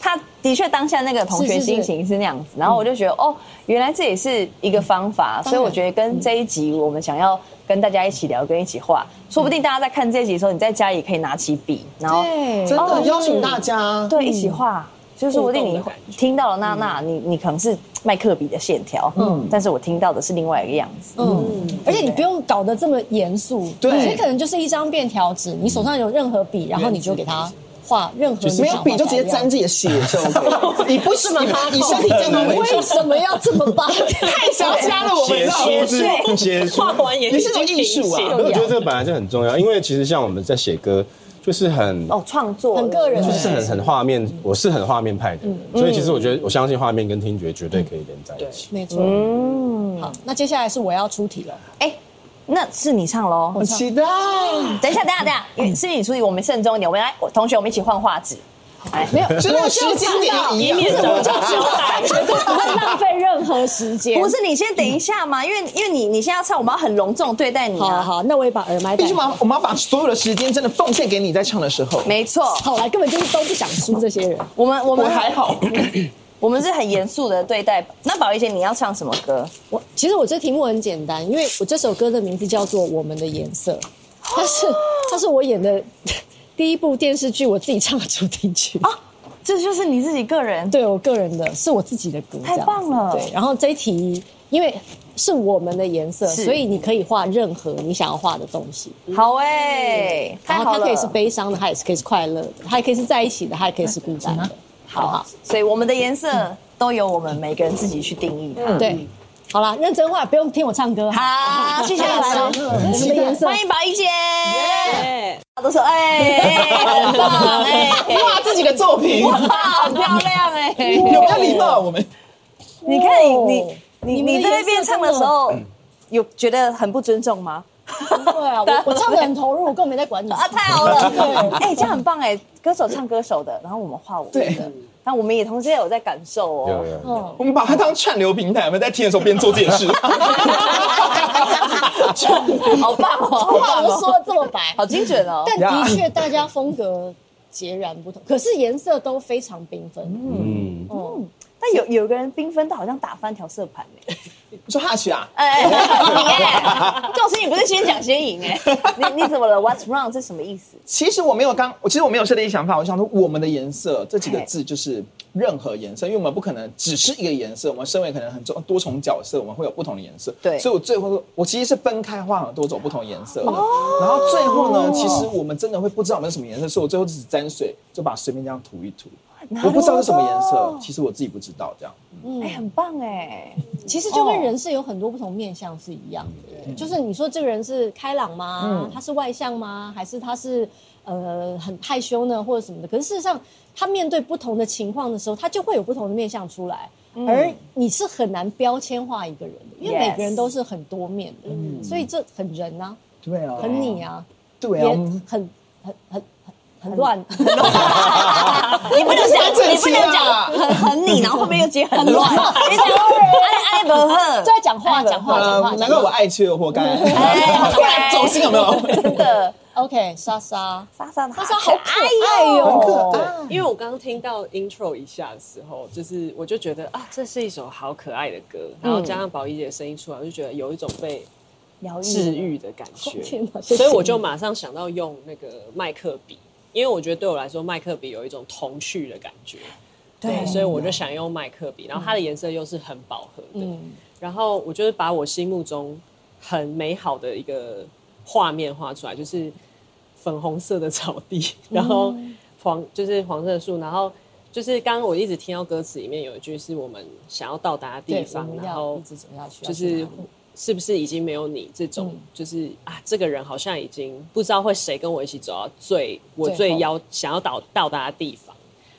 Speaker 2: 他他的确当下那个同
Speaker 1: 是
Speaker 2: 学
Speaker 1: 是是
Speaker 2: 心情是那样子，然后我就觉得哦，原来这也是一个方法，所以我
Speaker 1: 嗯然
Speaker 2: 觉得跟这一集我们想要跟大家一起聊，跟一起画，
Speaker 1: 嗯
Speaker 2: 说不定大家在看这一集的时候，你在家也可以拿起笔，然后
Speaker 1: 对，
Speaker 4: 真的
Speaker 2: 哦
Speaker 4: 邀请大家，
Speaker 2: 对一起画。就是说不定
Speaker 5: 互
Speaker 2: 你
Speaker 5: 动的感觉
Speaker 2: 听到了娜娜，
Speaker 1: 嗯
Speaker 2: 你你可能是麦克笔的线条，嗯，但是我听到的是另外一个样子，
Speaker 1: 嗯，而且你不用搞得这么严肃，
Speaker 4: 对
Speaker 1: 所以可能就是一张便条纸，你手上有任何笔，然后你就给他画任何你
Speaker 4: 没
Speaker 1: 想画
Speaker 4: 有笔就直接
Speaker 1: 的样
Speaker 4: 沾
Speaker 1: 子。
Speaker 4: 自己的血就 OK。你不是吗？你身体健康为
Speaker 1: 为
Speaker 4: 重。
Speaker 1: 什么要这么办？ 太
Speaker 4: 想要加入我们
Speaker 3: 写
Speaker 4: 让
Speaker 3: 书
Speaker 4: 我
Speaker 3: 是写书
Speaker 5: 画完也
Speaker 4: 也是种艺术啊
Speaker 3: 可是我觉得这个本来就很重要，因为其实像我们在写歌，就是很
Speaker 2: 哦，创作
Speaker 1: 很个人
Speaker 3: 就
Speaker 1: 的
Speaker 3: 是很很画面，我是很画面派的
Speaker 1: 嗯
Speaker 3: 人，所以其实我觉得我相信画面跟听觉绝对可以连在一起。
Speaker 1: 没错。好，那接下来是我要出题了。
Speaker 2: 哎，那是你唱喽，
Speaker 4: 我期待，
Speaker 2: 等一下，等一下，等一下，因为是你出题，我们慎重一点。我们来，我同学，我们一起换画纸。来，没有，
Speaker 4: 就那个时间点要一样，
Speaker 1: 我就知道，绝对 不会浪费任何时 间。
Speaker 2: 不，是你先等一下嘛，因为因为你你现在要唱，我们要很隆重对待你
Speaker 1: 好
Speaker 2: 啊。
Speaker 1: 啊好啊，那我也把耳麦戴
Speaker 4: 必须。把我们要把所有的时间真的奉献给你在唱的时候。
Speaker 2: 没错，
Speaker 1: 好来，根本就是都不想输这些人。
Speaker 2: 我们我
Speaker 4: 我
Speaker 2: 们
Speaker 4: 还好，
Speaker 2: 我们是很严肃的对待。那宝仪姐，你要唱什么歌？
Speaker 1: 我其实我这题目很简单，因为我这首歌的名字叫做《我们的颜色》，它是它是我演的 第一部电视剧我自己唱的主题曲。
Speaker 2: 哦这就是你自己个人。
Speaker 1: 对我个人的是我自己的歌，
Speaker 2: 太棒
Speaker 1: 这样子
Speaker 2: 了
Speaker 1: 对，然后这一题因为是我们的颜色，
Speaker 2: 是
Speaker 1: 所以你可以画任何你想要画的东西。
Speaker 2: 好哎，太
Speaker 1: 然后
Speaker 2: 好
Speaker 1: 它
Speaker 2: 了。
Speaker 1: 可以是悲伤的，它也是可以是快乐的，它也可以是在一起的，它也可以是孤单的，好不好？
Speaker 2: 所以我们的颜色都由我们每个人自己去定义它。
Speaker 1: 对，好啦，认真画，不用听我唱歌。
Speaker 2: 嗯好，谢谢老师，
Speaker 1: 我们的颜色
Speaker 2: 欢迎宝仪姐。
Speaker 5: 哎
Speaker 2: 大家都说哎， 哎很棒哎，
Speaker 4: 画自己的作品，有
Speaker 2: 哇，好漂亮哎。
Speaker 4: 没有礼貌？我们
Speaker 2: 你看你
Speaker 1: 哦
Speaker 2: 你你
Speaker 1: 们
Speaker 2: 你在那边唱的时
Speaker 1: 颜色
Speaker 2: 候，有觉得很不尊重吗？
Speaker 1: 真的，对啊，我我唱的很投入，我根本没在管你。
Speaker 2: 啊，太好了！ 哎，这样很棒哎，歌手唱歌手的，然后我们画我们的
Speaker 4: 对，
Speaker 2: 那我们也同时也有在感受
Speaker 3: 有
Speaker 2: 哦。
Speaker 3: 有有
Speaker 1: 哦
Speaker 4: 我们把它当串流平台，我们在听的时候边做这件 事。
Speaker 2: 好棒哦，
Speaker 1: 话都说的这么白，
Speaker 2: 好精准哦！
Speaker 1: 但的确大家风格截然不同，可是颜色都非常缤纷。
Speaker 3: 嗯，
Speaker 1: 哦，
Speaker 2: 但有有个人缤纷到好像打翻调色盘哎。
Speaker 4: 你说哈曲啊，
Speaker 2: 哎，你哎，赵师你不是先讲先赢哎？你你怎么了？What's wrong？这什么意思？
Speaker 4: 其实我没有刚，我其实我没有设定想法，我想说我们的颜色这几个字就是任何颜色，因为我们不可能只是一个颜色，我们身为可能很重多重角色，我们会有不同的颜色。
Speaker 2: 对
Speaker 4: 所以我最后我其实是分开画很多种不同颜色的。
Speaker 2: 哦
Speaker 4: 然后最后呢，其实我们真的会不知道我们是什么颜色，所以我最后只沾水就把随便这样涂一涂，我不知道是什么颜色，其实我自己不知道这样。
Speaker 2: 哎，很棒哎！
Speaker 1: 其实就跟人是有很多不同面相是一样的耶，
Speaker 2: 嗯
Speaker 1: 就是你说这个人是开朗吗？他是外向吗？还是他是呃很害羞呢，或者什么的？可是事实上，他面对不同的情况的时候，他就会有不同的面相出来，而你是很难标签化一个人的，因为
Speaker 2: 嗯 Yes 嗯
Speaker 1: 每个人都是很多面的，所以这很人啊，
Speaker 4: 对
Speaker 2: 哦
Speaker 4: 啊，
Speaker 1: 很你啊，
Speaker 4: 对
Speaker 1: 也
Speaker 4: 啊，
Speaker 1: 很很很很很乱，
Speaker 2: 你不能讲，
Speaker 4: 这
Speaker 2: 你不能讲
Speaker 4: 期
Speaker 2: 很很你，然后后面 又接很乱，你讲爱爱不恨
Speaker 1: 就，在啊讲 话讲话讲话
Speaker 4: 呃，。难怪我爱吃又活该，
Speaker 2: 哎
Speaker 4: 突然 走心有没有？
Speaker 2: 真的，
Speaker 1: OK，莎莎，
Speaker 2: 莎莎她
Speaker 1: 莎莎好可爱哟，
Speaker 4: 很可爱
Speaker 5: 因为我刚刚听到 intro 一下的时候，就是我就觉得啊，这是一首好可爱的歌，然后加上宝仪姐的声音出来，我就觉得有一种被
Speaker 2: 疗
Speaker 5: 治
Speaker 2: 愈，
Speaker 5: 愈的感觉。
Speaker 1: 哦天哪谢谢
Speaker 5: 所以我就马上想到用那个麦克笔，因为我觉得对我来说麦克笔有一种童趣的感觉。对，所以我就想用麦克笔，然后它的颜色又是很饱和的，
Speaker 1: 嗯
Speaker 5: 然后我就是把我心目中很美好的一个画面画出来，就是粉红色的草地，
Speaker 1: 嗯
Speaker 5: 然后黄就是黄色的树，然后就是刚刚我一直听到歌词里面有一句是我们想要到达的地
Speaker 1: 对，
Speaker 5: 方
Speaker 1: 我，们
Speaker 5: 然
Speaker 1: 要
Speaker 5: 后
Speaker 1: 一直走下去，
Speaker 5: 就
Speaker 1: 要去哪
Speaker 5: 是
Speaker 1: 里
Speaker 5: 是不是已经没有你这种，
Speaker 2: 嗯
Speaker 5: 就是啊，这个人好像已经不知道会谁跟我一起走到最我
Speaker 1: 最
Speaker 5: 最
Speaker 1: 后
Speaker 5: 要想要到到达的地方。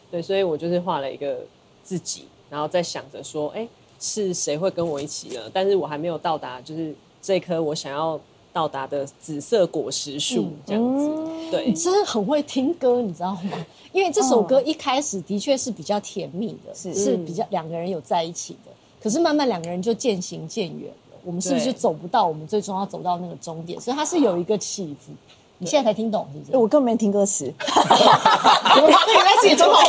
Speaker 5: 对，所以我就是画了一个自己，然后在想着说，哎、是谁会跟我一起呢？但是我还没有到达，就是这棵我想要到达的紫色果实树
Speaker 2: 嗯
Speaker 5: 这样子。
Speaker 2: 哦
Speaker 5: 对
Speaker 1: 你，真的很会听歌，你知道吗？ 因为这首歌一开始的确是比较甜蜜的，是是比较两个人有在一起的，可是慢慢两个人就渐行渐远了。我们是不是就
Speaker 5: 对
Speaker 1: 走不到我们最终要走到那个终点？所以它是有一个起伏。你现在才听懂是不是？
Speaker 2: 我根本没听歌词，
Speaker 1: 我发原来是中好，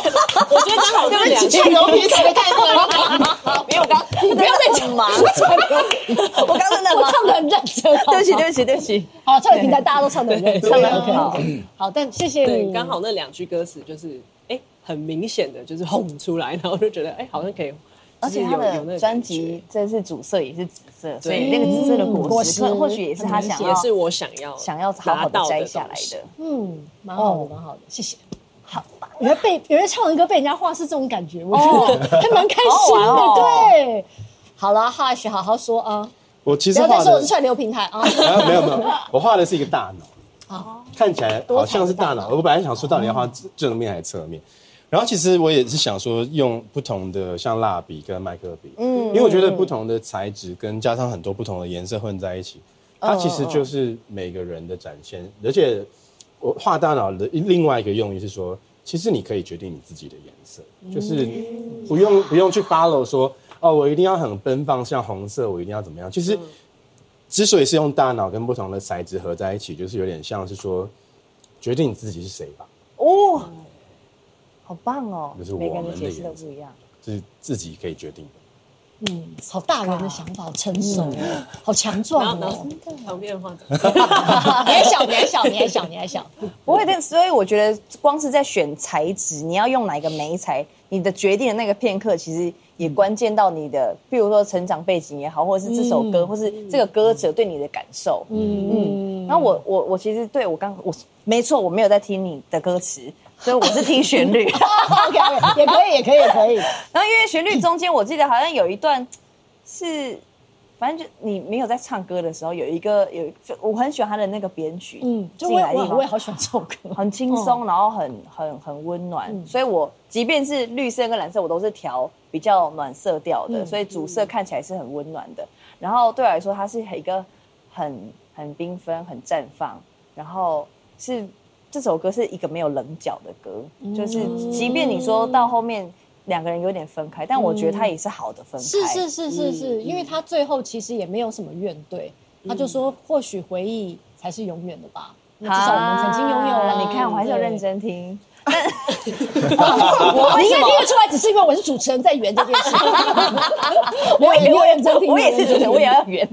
Speaker 5: 我觉得刚好就两
Speaker 1: 你太牛逼，太太过了。
Speaker 2: 没有我刚，你不要再讲嘛，我刚真的
Speaker 1: 我
Speaker 2: 忙，
Speaker 1: 唱的很认真，好不好
Speaker 2: 对不起，对不起，对不起，
Speaker 1: 好，唱的平台大家都唱的很认真，
Speaker 5: 对
Speaker 1: 唱的 OK。好，但谢谢
Speaker 5: 对，
Speaker 1: 你，
Speaker 5: 刚好那两句歌词就是，哎，很明显的就是轰出来，然后就觉得，哎，好像可以，
Speaker 2: 而
Speaker 5: 就是
Speaker 2: 且
Speaker 5: 有
Speaker 2: 他
Speaker 5: 有那
Speaker 2: 的
Speaker 5: 个
Speaker 2: 专
Speaker 5: 感觉
Speaker 2: 辑这次主色也是紫色，所
Speaker 5: 对
Speaker 2: 以那个紫色的果实，
Speaker 1: 嗯
Speaker 2: 可或许也是他想
Speaker 5: 也
Speaker 2: 要
Speaker 5: 是我想要
Speaker 2: 哦想要好好
Speaker 5: 拿
Speaker 2: 的
Speaker 5: 到
Speaker 2: 摘下来
Speaker 5: 东西
Speaker 2: 的。。
Speaker 1: 嗯，蛮好的，蛮好的，谢谢。好，原来被原来唱完歌被人家画是这种感觉，我觉得还蛮开心
Speaker 2: 好好
Speaker 1: 的
Speaker 2: 玩。哦
Speaker 1: 对，好了，Hush，好好说啊，
Speaker 3: 我其
Speaker 1: 不
Speaker 3: 实
Speaker 1: 要再
Speaker 3: 画
Speaker 1: 说我是
Speaker 3: 的
Speaker 1: 串流平台啊。
Speaker 3: 啊没有没有，我画的是一个大脑，
Speaker 1: 好
Speaker 3: 看起来好像是大脑。嗯我本来想说到底要画正面还是侧面，然后其实我也是想说用不同的像蜡笔跟麦克笔，嗯，因为我觉得不同的材质跟加上很多不同的颜色混在一起，它其实就是每个人的展现。而且我画大脑的另外一个用意是说，其实你可以决定你自己的颜色，就是不用不用去 follow 说哦，我一定要很奔放，像红色我一定要怎么样，就是。之所以是用大脑跟不同的材质合在一起，就是有点像是说，决定你自己是谁吧，
Speaker 2: 哦，好棒哦
Speaker 3: 就是！
Speaker 2: 每个
Speaker 3: 我
Speaker 2: 人的
Speaker 3: 们的
Speaker 2: 解释都
Speaker 3: 颜色
Speaker 2: 不一样。
Speaker 3: 就是自己可以决定的。
Speaker 1: 嗯，好大人的想法，好成熟，好强壮
Speaker 5: 然
Speaker 1: 哦。
Speaker 5: 后然后旁边的话，
Speaker 1: 你还小，你还小，你还小，你还小。
Speaker 2: 不会，但所以我觉得光是在选材质，你要用哪一个媒材，你的决定的那个片刻，其实也关键到你的，比如说成长背景也好，或者是这首
Speaker 5: 嗯
Speaker 2: 歌，或是这个歌者对你的感受。嗯嗯。然后我我我其实对我刚我没错，我没有在听你的歌词，所以我是听旋律。
Speaker 1: OK，也可以，也可以，也可以。
Speaker 2: 然后因为旋律中间，我记得好像有一段是，反正就你没有在唱歌的时候，有一个有一就我很喜欢他的那个编曲，
Speaker 1: 嗯，就
Speaker 2: 进
Speaker 1: 我也
Speaker 2: 来的
Speaker 1: 我
Speaker 2: 地
Speaker 1: 也
Speaker 2: 方
Speaker 1: 我也好喜欢这首歌。
Speaker 2: 很轻
Speaker 1: 哦
Speaker 2: 松，然后很很很温暖，
Speaker 1: 嗯
Speaker 2: 所以我即便是绿色跟蓝色，我都是调比较暖色调
Speaker 1: 嗯
Speaker 2: 的，所以主色看起来是很温暖的。然后对我来说，它是一个很很缤纷、很绽放，然后是这首歌是一个没有棱角的歌，
Speaker 1: 嗯
Speaker 2: 就是即便你说到后面两个人有点分开，但我觉得它也是好的分
Speaker 1: 嗯
Speaker 2: 开，
Speaker 1: 是是是是是，因为他最后其实也没有什么怨怼，他就说或许回忆才是永远的吧。那至少我们曾经拥有
Speaker 2: 啊
Speaker 1: 了，
Speaker 2: 你看，我还是有
Speaker 1: 对
Speaker 2: 认。真听。
Speaker 1: 我应该听得出来，只是因为我是主持人在圆这件 事。我也没有认真听，
Speaker 2: 哎我也是主持人，我也要圆。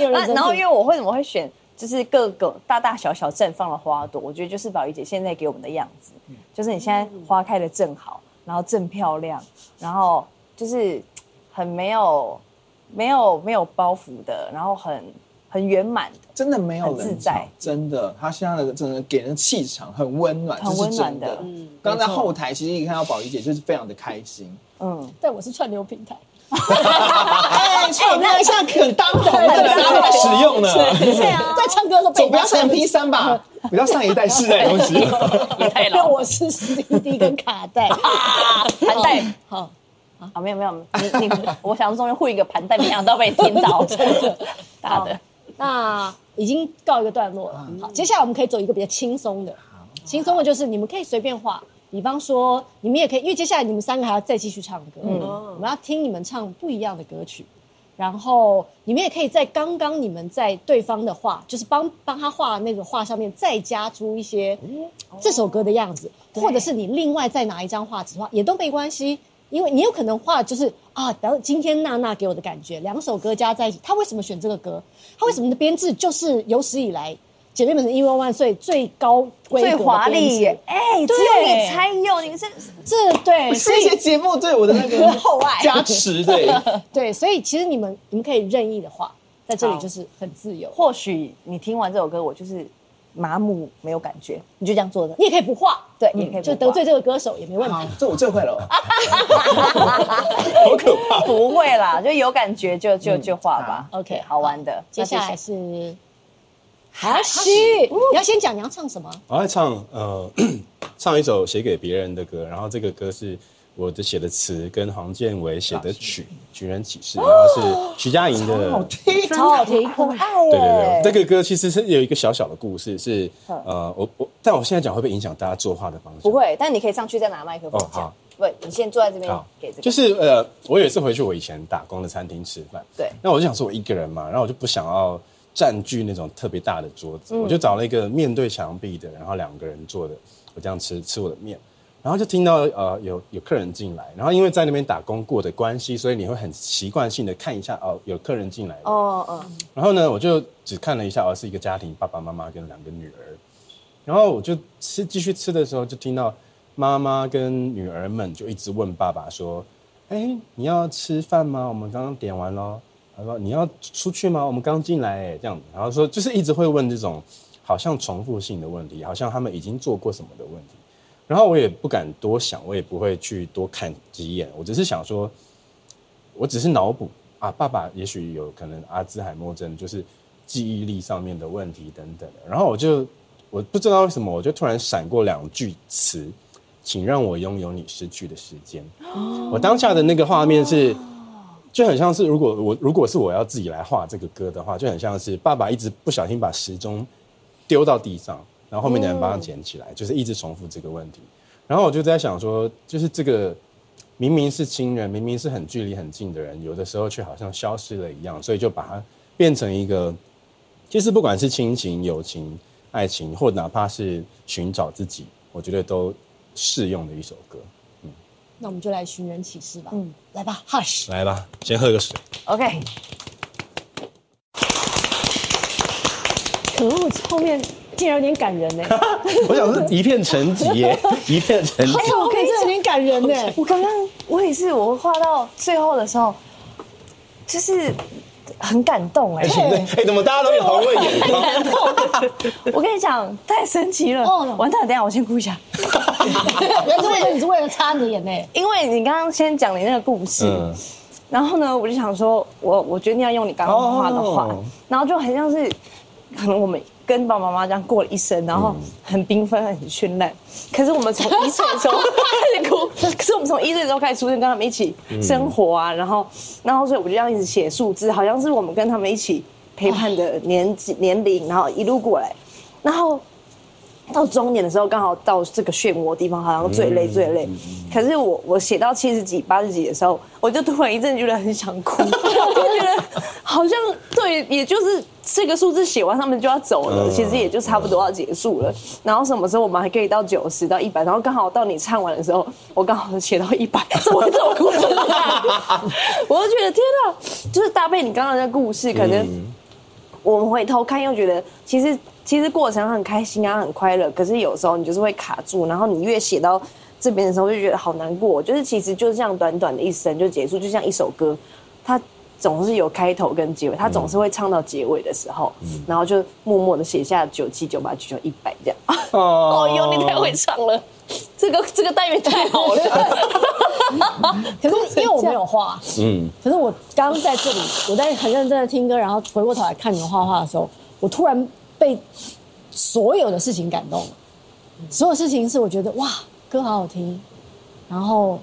Speaker 1: 有认
Speaker 2: 那
Speaker 1: 真听
Speaker 2: 然后因为我为什么会选，就是各个大大小小绽放的花朵，我觉得就是宝仪姐现在给我们的样子，就是你现在花开的正好，然后正漂亮，然后就是很没有没有没有包袱的，然后很很圆满 的。
Speaker 4: 真的没有
Speaker 2: 很自
Speaker 4: 人
Speaker 2: 在
Speaker 4: 在，真的，他现在的整个给人的气场很温暖，
Speaker 2: 很
Speaker 4: 这是
Speaker 2: 温暖
Speaker 4: 真的
Speaker 2: 的嗯。
Speaker 4: 刚在后台，其实一看到宝仪姐就是非常的开心，
Speaker 2: 嗯，
Speaker 1: 但我是串流平台，
Speaker 4: 哎，唱那一下可当红
Speaker 1: 对
Speaker 4: 了，使用呢，
Speaker 2: 对啊，
Speaker 1: 在唱歌的时候
Speaker 4: 总不要是
Speaker 1: 上
Speaker 4: MP 三吧，不要上一代世代的东 西。
Speaker 1: 太老。我是 CD 跟卡带，
Speaker 2: 盘带
Speaker 1: 好，
Speaker 2: 啊，没有没有，你你，我想中间混一个盘带，没想到被听到，真的，大 的。
Speaker 1: 那已经告一个段落
Speaker 2: 嗯
Speaker 1: 了。好，接下来我们可以走一个比较轻松的，轻松的就是你们可以随便画，比方说你们也可以，因为接下来你们三个还要再继续唱歌，
Speaker 2: 嗯
Speaker 1: 我们要听你们唱不一样的歌曲。然后你们也可以在刚刚你们在对方的画，就是帮帮他画那个画上面再加出一些
Speaker 2: 哦
Speaker 1: 这首歌的样子，或者是你另外再拿一张画纸画也都没关系，因为你有可能画就是啊，然后今天娜娜给我的感觉，两首歌加在一起，她为什么选这个歌？她为什么的编制就是有史以来姐妹们的《一万万岁》最高规格
Speaker 2: 最
Speaker 1: 的
Speaker 2: 华
Speaker 1: 编
Speaker 2: 丽
Speaker 1: 制
Speaker 2: 耶！哎、只有你才有，你是
Speaker 1: 这对，所
Speaker 4: 谢
Speaker 1: 以
Speaker 4: 谢节目对我的那个
Speaker 2: 厚爱
Speaker 4: 加持，对，
Speaker 1: 对，所以其实你们你们可以任意的画，在这里就是很自由。
Speaker 2: 或许你听完这首歌，我就是麻木没有感觉，你就这样做的，
Speaker 1: 你也可以不画，
Speaker 2: 对，也可以
Speaker 1: 嗯就
Speaker 2: 不
Speaker 1: 得
Speaker 2: 画
Speaker 1: 罪这个歌手也没问题
Speaker 4: 好。，这我最会了，
Speaker 2: 不会啦，就有感觉就就就画
Speaker 1: 嗯
Speaker 2: 吧。
Speaker 1: 好 OK，
Speaker 2: 好玩的。
Speaker 1: 接下来
Speaker 2: 那
Speaker 1: 是哈西，你要先讲你要唱什么？
Speaker 3: 我在唱呃，唱一首写给别人的歌，然后这个歌是我的写的词跟黄建伟写的曲《举人启事》，然后是徐佳莹的
Speaker 4: 好听，
Speaker 7: 哦超好哎听，欸很爱耶。
Speaker 3: 对对对，这个歌其实是有一个小小的故事，是呃，我我，但我现在讲会不会影响大家作画的方向？
Speaker 7: 嗯不。会，但你可以上去再拿麦克风
Speaker 3: 哦
Speaker 7: 讲
Speaker 3: 好。
Speaker 7: 不，你先坐在这边
Speaker 3: 好
Speaker 7: 给这个。
Speaker 3: 就是呃，我有一次回去我以前打工的餐厅吃饭，
Speaker 7: 对
Speaker 3: 那我就想说我一个人嘛，然后我就不想要占据那种特别大的桌子，
Speaker 7: 嗯
Speaker 3: 我就找了一个面对墙壁的，然后两个人坐的，我这样吃吃我的面，然后就听到呃有有客人进来，然后因为在那边打工过的关系，所以你会很习惯性的看一下哦、有客人进来了，
Speaker 7: 哦嗯，
Speaker 3: 然后呢，我就只看了一下，哦，是一个家庭，爸爸妈妈跟两个女儿。然后我就吃继续吃的时候，就听到妈妈跟女儿们就一直问爸爸说：“哎，你要吃饭吗？我们刚刚点完咯。”他说：“你要出去吗？我们刚进来。”哎，这样子。然后说就是一直会问这种好像重复性的问题，好像他们已经做过什么的问题。然后我也不敢多想，我也不会去多看几眼，我只是想说，我只是脑补啊，爸爸也许有可能阿兹海默症，就是记忆力上面的问题等等的。然后我就我不知道为什么，我就突然闪过两句词，请让我拥有你失去的时间。我当下的那个画面是。就很像是，如果我如果是我要自己来画这个歌的话，就很像是爸爸一直不小心把时钟丢到地上，然后后面的人帮他捡起来，就是一直重复这个问题。然后我就在想说，就是这个明明是亲人，明明是很距离很近的人，有的时候却好像消失了一样，所以就把它变成一个，其实不管是亲情、友情、爱情，或哪怕是寻找自己，我觉得都适用的一首歌。
Speaker 1: 那我们就来寻人启事吧。嗯，来吧，Hush。
Speaker 3: 来吧，先喝个水。
Speaker 7: OK，
Speaker 1: 可恶，后面竟然有点感人呢、欸。
Speaker 3: 我想是一片沉寂耶，一片沉寂。
Speaker 1: 哎 我可以这有点感人呢、
Speaker 7: 我刚刚我也是，我画到最后的时候，就是很感动 哎
Speaker 3: 哎、。
Speaker 1: 哦
Speaker 3: 哎，怎么大家都有同位眼光？
Speaker 7: 我跟你讲，太神奇了
Speaker 1: 哦！
Speaker 7: 完蛋，等一下我先哭一下，
Speaker 1: 原这么你是为了擦你的眼泪，
Speaker 7: 因为你刚刚先讲你那个故事，
Speaker 3: 嗯，
Speaker 7: 然后呢，我就想说，我我决定要用你刚刚画的画，
Speaker 3: 哦
Speaker 7: 然后就很像是，可能我们跟爸爸妈妈这样过了一生，然后
Speaker 3: 嗯
Speaker 7: 很缤纷、很绚烂。可是我们从一岁的时候 开始哭，可是我们从一岁的时候开始出生，跟他们一起生活
Speaker 3: 嗯
Speaker 7: 啊，然后然后所以我就这样一直写数字，好像是我们跟他们一起陪伴的年纪
Speaker 3: 哦
Speaker 7: 年龄，然后一路过来，然后到终点的时候，刚好到这个漩涡地方，好像最累最累。可是我我写到七十几、八十几的时候，我就突然一阵觉得很想哭，就觉得好像对，也就是这个数字写完，他们就要走了，
Speaker 3: 嗯
Speaker 7: 其实也就差不多要结束了。然后什么时候我们还可以到九十到一百？然后刚好到你唱完的时候，我刚好写到一百，怎么会这么哭法？ 我就觉得天哪，就是搭配你刚刚的故事，可能、
Speaker 3: 嗯
Speaker 7: 我们回头看又觉得，其实其实过程很开心啊，很快乐。可是有时候你就是会卡住，然后你越写到这边的时候，就觉得好难过。就是其实就这样短短的一生就结束，就像一首歌，它总是有开头跟结尾，它总是会唱到结尾的时候，然后就默默的写下九七、九八、九九、一百这样。哦哟，你太会唱了，这个这个单元太好了。
Speaker 1: 可是因为我没有画，
Speaker 3: 嗯，
Speaker 1: 可是我刚刚在这里，我在很认真的听歌，然后回过头来看你们画画的时候，我突然被所有的事情感动了。所有事情是我觉得哇，歌好好听，然后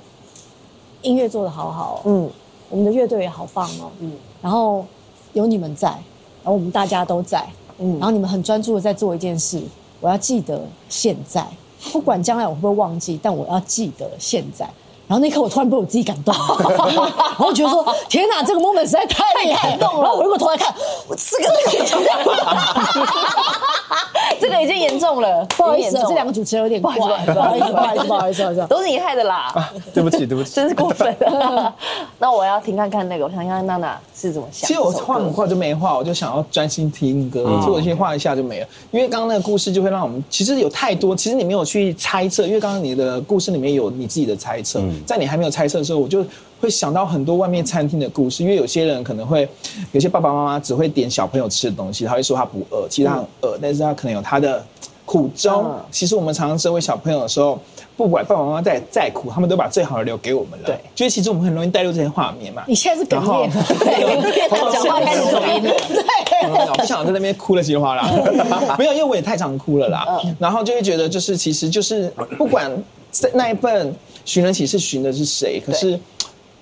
Speaker 1: 音乐做的好好、哦，
Speaker 7: 嗯，
Speaker 1: 我们的乐队也好棒哦，嗯，然后有你们在，然后我们大家都在，嗯，然后你们很专注的在做一件事，我要记得现在，不管将来我会不会忘记，但我要记得现在。然后那一刻，我突然被我自己感动， 然后我觉得说：“天哪，这个 moment 实在太厉害了！”然后我回过头来看，我这 个
Speaker 7: 这个已经严重了，
Speaker 1: 不好意思
Speaker 7: 已经严重
Speaker 1: 啊，
Speaker 7: 了
Speaker 1: 这两个主持人有点怪，
Speaker 7: 不好意思
Speaker 1: 不好意思，不好意思，不好意思，不好意思。
Speaker 7: 都是你害的啦。
Speaker 3: 对不起，对不起，
Speaker 7: 真是过分。啊 那我要听看看那个，我想看看娜娜是怎么想。
Speaker 4: 其实我画画就没画，我就想要专心听歌，所以我先画一下就没了。因为刚刚那个故事就会让我们，其实有太多，其实你没有去猜测，因为刚刚你的故事里面有你自己的猜测，在你还没有猜测的时候，我就会想到很多外面餐厅的故事，因为有些人可能会，有些爸爸妈妈只会点小朋友吃的东西，他会说他不饿，其实他很饿，但是他可能有他的。苦衷
Speaker 7: 嗯，
Speaker 4: 其实我们常常身为小朋友的时候，不管爸爸妈妈再再苦，他们都把最好的留给我们了。
Speaker 7: 对，
Speaker 4: 就是其实我们很容易带入这些画面嘛。
Speaker 1: 你现在是哽咽了，
Speaker 7: 对他讲话开始走音了。
Speaker 4: 我不想在那边哭了稀里哗
Speaker 7: 嗯
Speaker 4: 啦，没有，因为我也太常哭了啦。然后就会觉得，就是其实就是不管在那一份寻人启事寻的是谁，可是。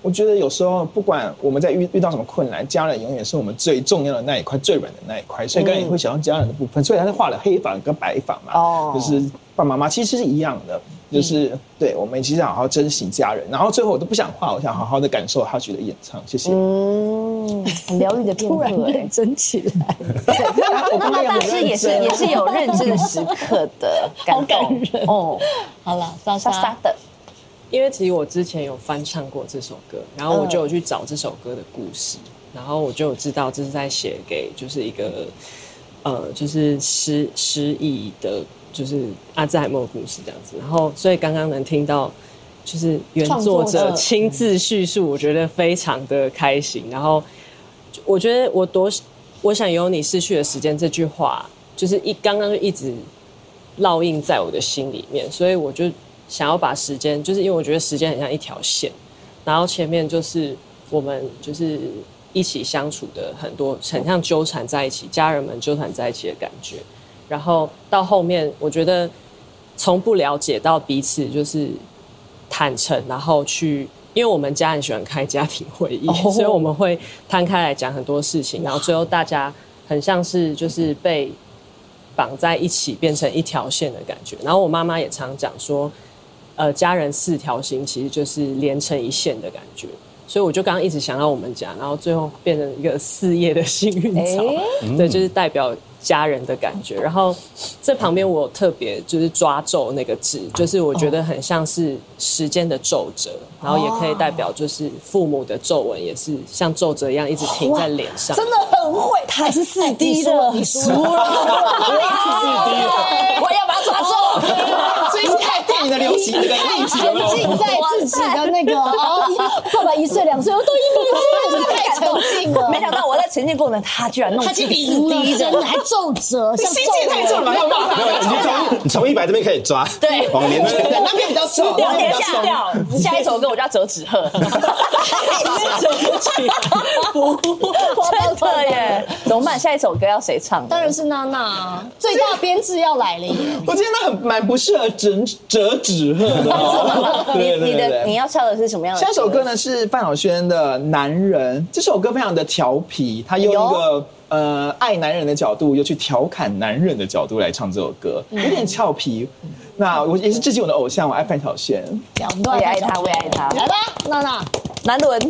Speaker 4: 我觉得有时候不管我们在遇遇到什么困难，家人永远是我们最重要的那一块、最软的那一块，所以
Speaker 7: 嗯
Speaker 4: 刚才也会想到家人的部分，所以他是画了黑发跟白发嘛，
Speaker 2: 哦
Speaker 4: 就是爸爸妈妈其实是一样的，就是、
Speaker 7: 嗯
Speaker 4: 对我们其实好好珍惜家人。然后最后我都不想画，我想好好的感受他觉得演唱，谢谢。
Speaker 2: 嗯，很疗愈的片
Speaker 1: 突
Speaker 2: 刻、
Speaker 1: 然
Speaker 2: 欸
Speaker 7: 哎
Speaker 1: 认。真起来，
Speaker 4: 我刚 刚也
Speaker 2: 大
Speaker 4: 很
Speaker 2: 师也是
Speaker 4: 认
Speaker 2: 也
Speaker 4: 真哦
Speaker 2: 是有认真的时刻的
Speaker 1: 好
Speaker 2: 感
Speaker 1: 感
Speaker 2: 动
Speaker 1: 人
Speaker 2: 哦，
Speaker 1: 好了，莎
Speaker 2: 沙沙
Speaker 1: 莎，
Speaker 2: 的，
Speaker 5: 因为其实我之前有翻唱过这首歌，然后我
Speaker 1: 嗯
Speaker 5: 就有去找这首歌的故事，然后我就有知道这是在写给就是一个呃就是失失忆的，就是阿兹海默的故事这样子。然后所以刚刚能听到就是原作
Speaker 1: 创作
Speaker 5: 者
Speaker 1: 者
Speaker 5: 亲自叙述，我觉得非常的开心。然后我觉得我多我想有你逝去的时间这句话，就是一刚刚就一直烙印在我的心里面，所以我就想要把时间，就是因为我觉得时间很像一条线，然后前面就是我们就是一起相处的很多，很像纠缠在一起，家人们纠缠在一起的感觉，然后到后面我觉得从不了解到彼此就是坦诚，然后去。因为我们家很喜欢开家庭会议所以我们会摊开来讲很多事情，然后最后大家很像是就是被绑在一起变成一条线的感觉。然后我妈妈也常讲说，呃，家人四条心其实就是连成一线的感觉。所以我就刚刚一直想到我们家，然后最后变成一个四叶的幸运草，对，就是代表家人的感觉。然后这旁边我有特别就是抓皱那个字，就是我觉得很像是时间的皱褶，然后也可以代表就是父母的皱纹也是像皱褶一样一直停在脸上，
Speaker 2: 真的很会，他是四 D 的，
Speaker 1: 哎你输
Speaker 2: 输
Speaker 1: 了，
Speaker 2: 了，我要把他抓住。
Speaker 4: 最近看电影的流行那个例子有没
Speaker 1: 沉
Speaker 4: 有？
Speaker 1: 浸在自己的那个，哦，爸爸一岁两岁，我都一年岁，太沉浸了，
Speaker 2: 没想到我在沉浸过程，他居然弄
Speaker 1: 他
Speaker 2: 自
Speaker 1: 去
Speaker 2: 己
Speaker 1: 比低，真的还皱褶，像
Speaker 4: 心情太
Speaker 1: 皱
Speaker 4: 重
Speaker 1: 纹
Speaker 4: 了，要骂
Speaker 3: 没
Speaker 4: 他。
Speaker 3: 有，你从 你从一百这边可以抓，
Speaker 2: 对
Speaker 3: 往年去。
Speaker 4: 对那边比较重，
Speaker 2: 掉
Speaker 4: 那边
Speaker 2: 点
Speaker 4: 比
Speaker 2: 下
Speaker 4: 较重。
Speaker 2: 掉。下一首歌我叫折纸鹤，真的耶！ 怎么办？下一首歌要谁唱？
Speaker 1: 当然是娜娜啊，最大编制要来了耶！
Speaker 4: 我觉得那很蛮不适合折折纸鹤的哦。
Speaker 2: 你
Speaker 4: 对对
Speaker 2: 你
Speaker 4: 对
Speaker 2: 的
Speaker 4: 对
Speaker 2: 你要唱的是什么样的？
Speaker 4: 下一首歌？呢是范晓萱的《男人》，这首歌非常的调皮，他用一个呃爱男人的角度，又去调侃男人的角度来唱这首歌，
Speaker 2: 嗯
Speaker 4: 有点俏皮。那我也是致敬我的偶像，我爱范晓 萱。
Speaker 1: 这样我们都
Speaker 2: 我也爱
Speaker 1: 看
Speaker 2: 他，我也爱 他。
Speaker 1: 来吧，娜娜，
Speaker 2: 南伦，
Speaker 3: 太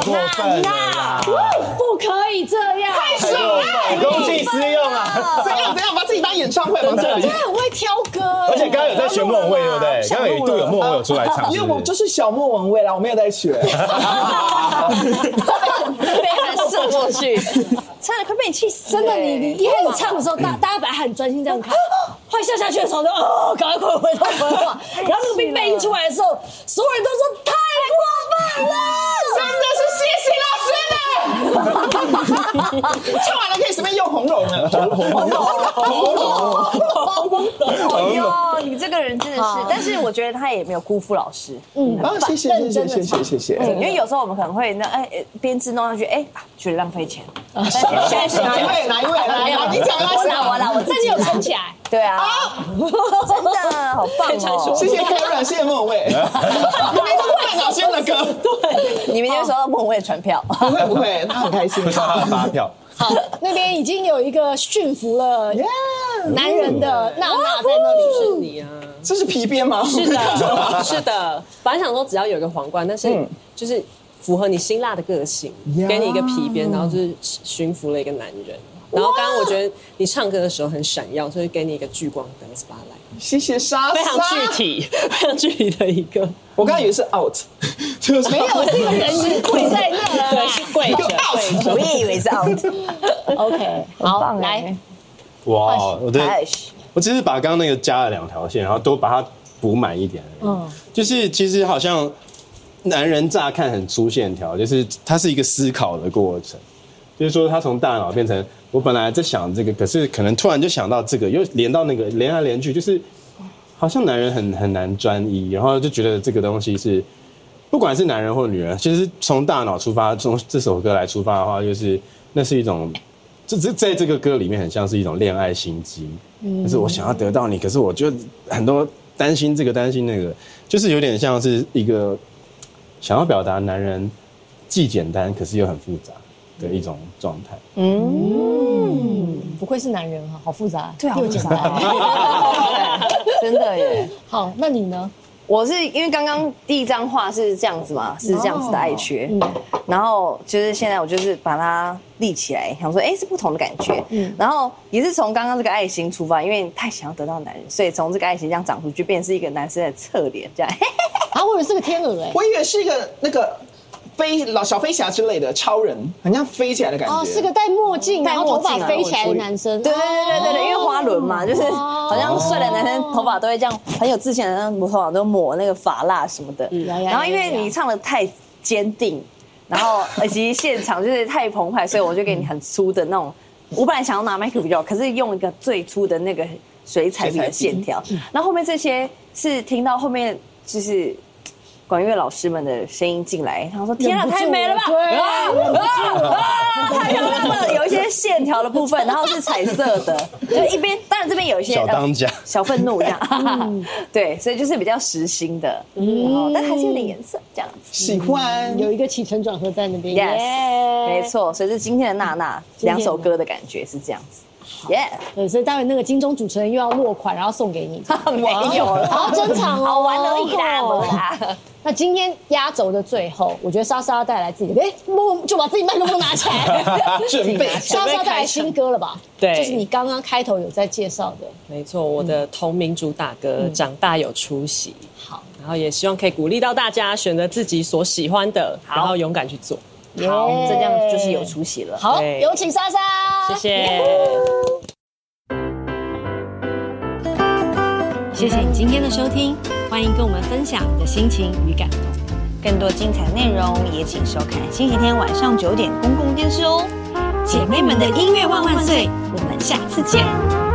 Speaker 3: 过分了
Speaker 7: 啊
Speaker 3: 啦！
Speaker 1: 不可以这样，
Speaker 4: 哎
Speaker 3: 太过分，公 器私用啊！
Speaker 4: 怎样怎样，把自己当演唱会放这里。
Speaker 1: 很哎会挑歌
Speaker 3: 而且刚刚有在学莫文蔚，对不对？刚刚有一度有莫文蔚有出 来唱，
Speaker 4: 因
Speaker 3: 是
Speaker 4: 为
Speaker 3: 不
Speaker 4: 我就是小莫文蔚啦，我没有在学。
Speaker 2: 被他射过去，差点快被你气死！
Speaker 1: 真的，你你一开始唱的时候，大大家本来很专心这 样看，快笑下去的时候就哦，赶快快回头 回话，然后那个被背一出来的时候，所有人都说太过分了，真的是谢谢老师们。
Speaker 4: 唱完了可以随便用红龙了，红龙红龙。
Speaker 2: 哎呦，你这个人真的是，但是我觉得他也没有辜负老师，
Speaker 4: 啊，谢谢谢谢谢谢谢谢。
Speaker 2: 因为有时候我们可能会那哎哎编制弄上去，哎，啊觉得浪费钱。
Speaker 4: 哪
Speaker 2: 下一首
Speaker 4: 一位哪一位来来，你讲啊，
Speaker 2: 我啦我啦，我自己有撑起来。对啊， 真的好棒哦！
Speaker 4: 谢谢 Karen，谢谢莫文蔚，明明就是范晓萱的歌，
Speaker 2: 你明天收到孟伟的传票，
Speaker 4: 不会不会，他很开心
Speaker 3: 会。上他的发票，
Speaker 1: 好，那边已经有一个驯服了
Speaker 4: Yeah，
Speaker 1: 男人的娜娜在那里。
Speaker 5: 是你啊。
Speaker 4: 这是皮鞭吗？
Speaker 5: 是 的，是的。本来想说只要有一个皇冠，但是
Speaker 1: 嗯
Speaker 5: 就是符合你辛辣的个性，
Speaker 4: 呀
Speaker 5: 给你一个皮鞭，然后就是驯服了一个男人。然后刚刚我觉得你唱歌的时候很闪耀，所以给你一个聚光灯 spotlight，
Speaker 4: 谢谢莎莎，
Speaker 5: 非常具。体， 非常具体的一个，
Speaker 4: 我刚才以为是 out，就是没有
Speaker 1: 这个人是跪在那儿
Speaker 5: 对，
Speaker 1: 啦
Speaker 5: 是跪着，跪着。
Speaker 2: 我也以为是 out。 欸
Speaker 1: OK，好，来，
Speaker 3: 哇！我对，
Speaker 2: 哎，
Speaker 3: 我只是把刚刚那个加了两条线，然后都把它补满一点而已。
Speaker 1: 嗯
Speaker 3: 就是其实好像男人乍看很粗线条，就是它是一个思考的过程，就是说他从大脑变成我本来在想这个，可是可能突然就想到这个，又连到那个，连来连去，就是好像男人很很难专一，然后就觉得这个东西是。不管是男人或女人，其实从大脑出发，从这首歌来出发的话，就是那是一种，这这在这个歌里面很像是一种恋爱心机，就是我想要得到你，可是我就很多担心这个担心那个，就是有点像是一个想要表达男人既简单可是又很复杂的一种状态。
Speaker 1: 嗯不愧是男人哈，好复杂，
Speaker 2: 对啊
Speaker 1: 又简单。
Speaker 2: 真的耶！
Speaker 1: 好，那你呢？
Speaker 2: 我是因为刚刚第一张画是这样子嘛，是这样子的爱缺，然后就是现在我就是把它立起来，想说哎、诶是不同的感觉，然后也是从刚刚这个爱心出发，因为太想要得到男人，所以从这个爱心这样长出去，变成是一个男生的侧脸这样。
Speaker 1: 啊，我以为是个天鹅哎，
Speaker 4: 我以为是一个那个飞老小飞侠之类的超人，很像飞起来的感觉。
Speaker 1: 哦，是个戴墨镜，
Speaker 2: 戴
Speaker 1: 然后头
Speaker 2: 墨镜
Speaker 1: 发
Speaker 2: 啊
Speaker 1: 飞起来的男生。哦
Speaker 2: 对对对对对对，因为花轮嘛，就是好像帅的男生头发都会这样很有自信的那种头发都抹那个发蜡什么的。
Speaker 1: 呀呀
Speaker 2: 然后因为
Speaker 1: 呀呀
Speaker 2: 你唱的太坚定，然后以及现场就是太澎湃，所以我就给你很粗的那种。我本来想要拿麦克比较，可是用一个最粗的那个水彩笔的线条。
Speaker 1: 嗯
Speaker 2: 然后后面这些是听到后面就是。管乐老师们的声音进来，他说：“天啊，
Speaker 1: 忍不住
Speaker 2: 太美了吧！
Speaker 1: 了啊对
Speaker 2: 啊啊啊！太漂亮了，有一些线条的部分，然后是彩色 的，就一边当然这边有一些
Speaker 3: 小当家
Speaker 2: 呃小愤怒这样，哈哈 哈对，所以就是比较实心的，然后但还是有点颜色这样子。
Speaker 4: 喜欢
Speaker 1: 有一个起承转合在那边。
Speaker 2: Yes，
Speaker 1: 耶
Speaker 2: 没。错，所以是今天的娜娜
Speaker 1: 今天
Speaker 2: 两
Speaker 1: 的
Speaker 2: 首歌的感觉是这样子耶，
Speaker 1: 对，所以待会那个金钟主持人又要落款，然后送给你。
Speaker 2: 没有 了，
Speaker 1: 好珍藏哦
Speaker 2: 好玩而已啦，
Speaker 1: 哦
Speaker 2: 不啦，
Speaker 1: 那今天压轴的最后，我觉得莎莎要带来自己的，哎，默就把自己麦克风拿起 来。
Speaker 4: 准备
Speaker 1: 莎莎带来新歌了吧？
Speaker 5: 对
Speaker 1: 就是你刚刚开头有在介绍的。
Speaker 5: 没错，我的同名主打歌
Speaker 1: 嗯
Speaker 5: 《长大有出息》，
Speaker 1: 好，
Speaker 5: 然后也希望可以鼓励到大家选择自己所喜欢的，然后勇敢去做。
Speaker 2: 好，
Speaker 1: 耶
Speaker 2: 这样就是有出息了。
Speaker 1: 好，
Speaker 5: 对
Speaker 1: 有请莎莎。
Speaker 5: 谢谢。
Speaker 8: 谢谢你今天的收听，欢迎跟我们分享你的心情与感动。
Speaker 2: 更多精彩内容也请收看星期天晚上九点公共电视哦。
Speaker 8: 姐妹们的音乐万万岁，我们下次见。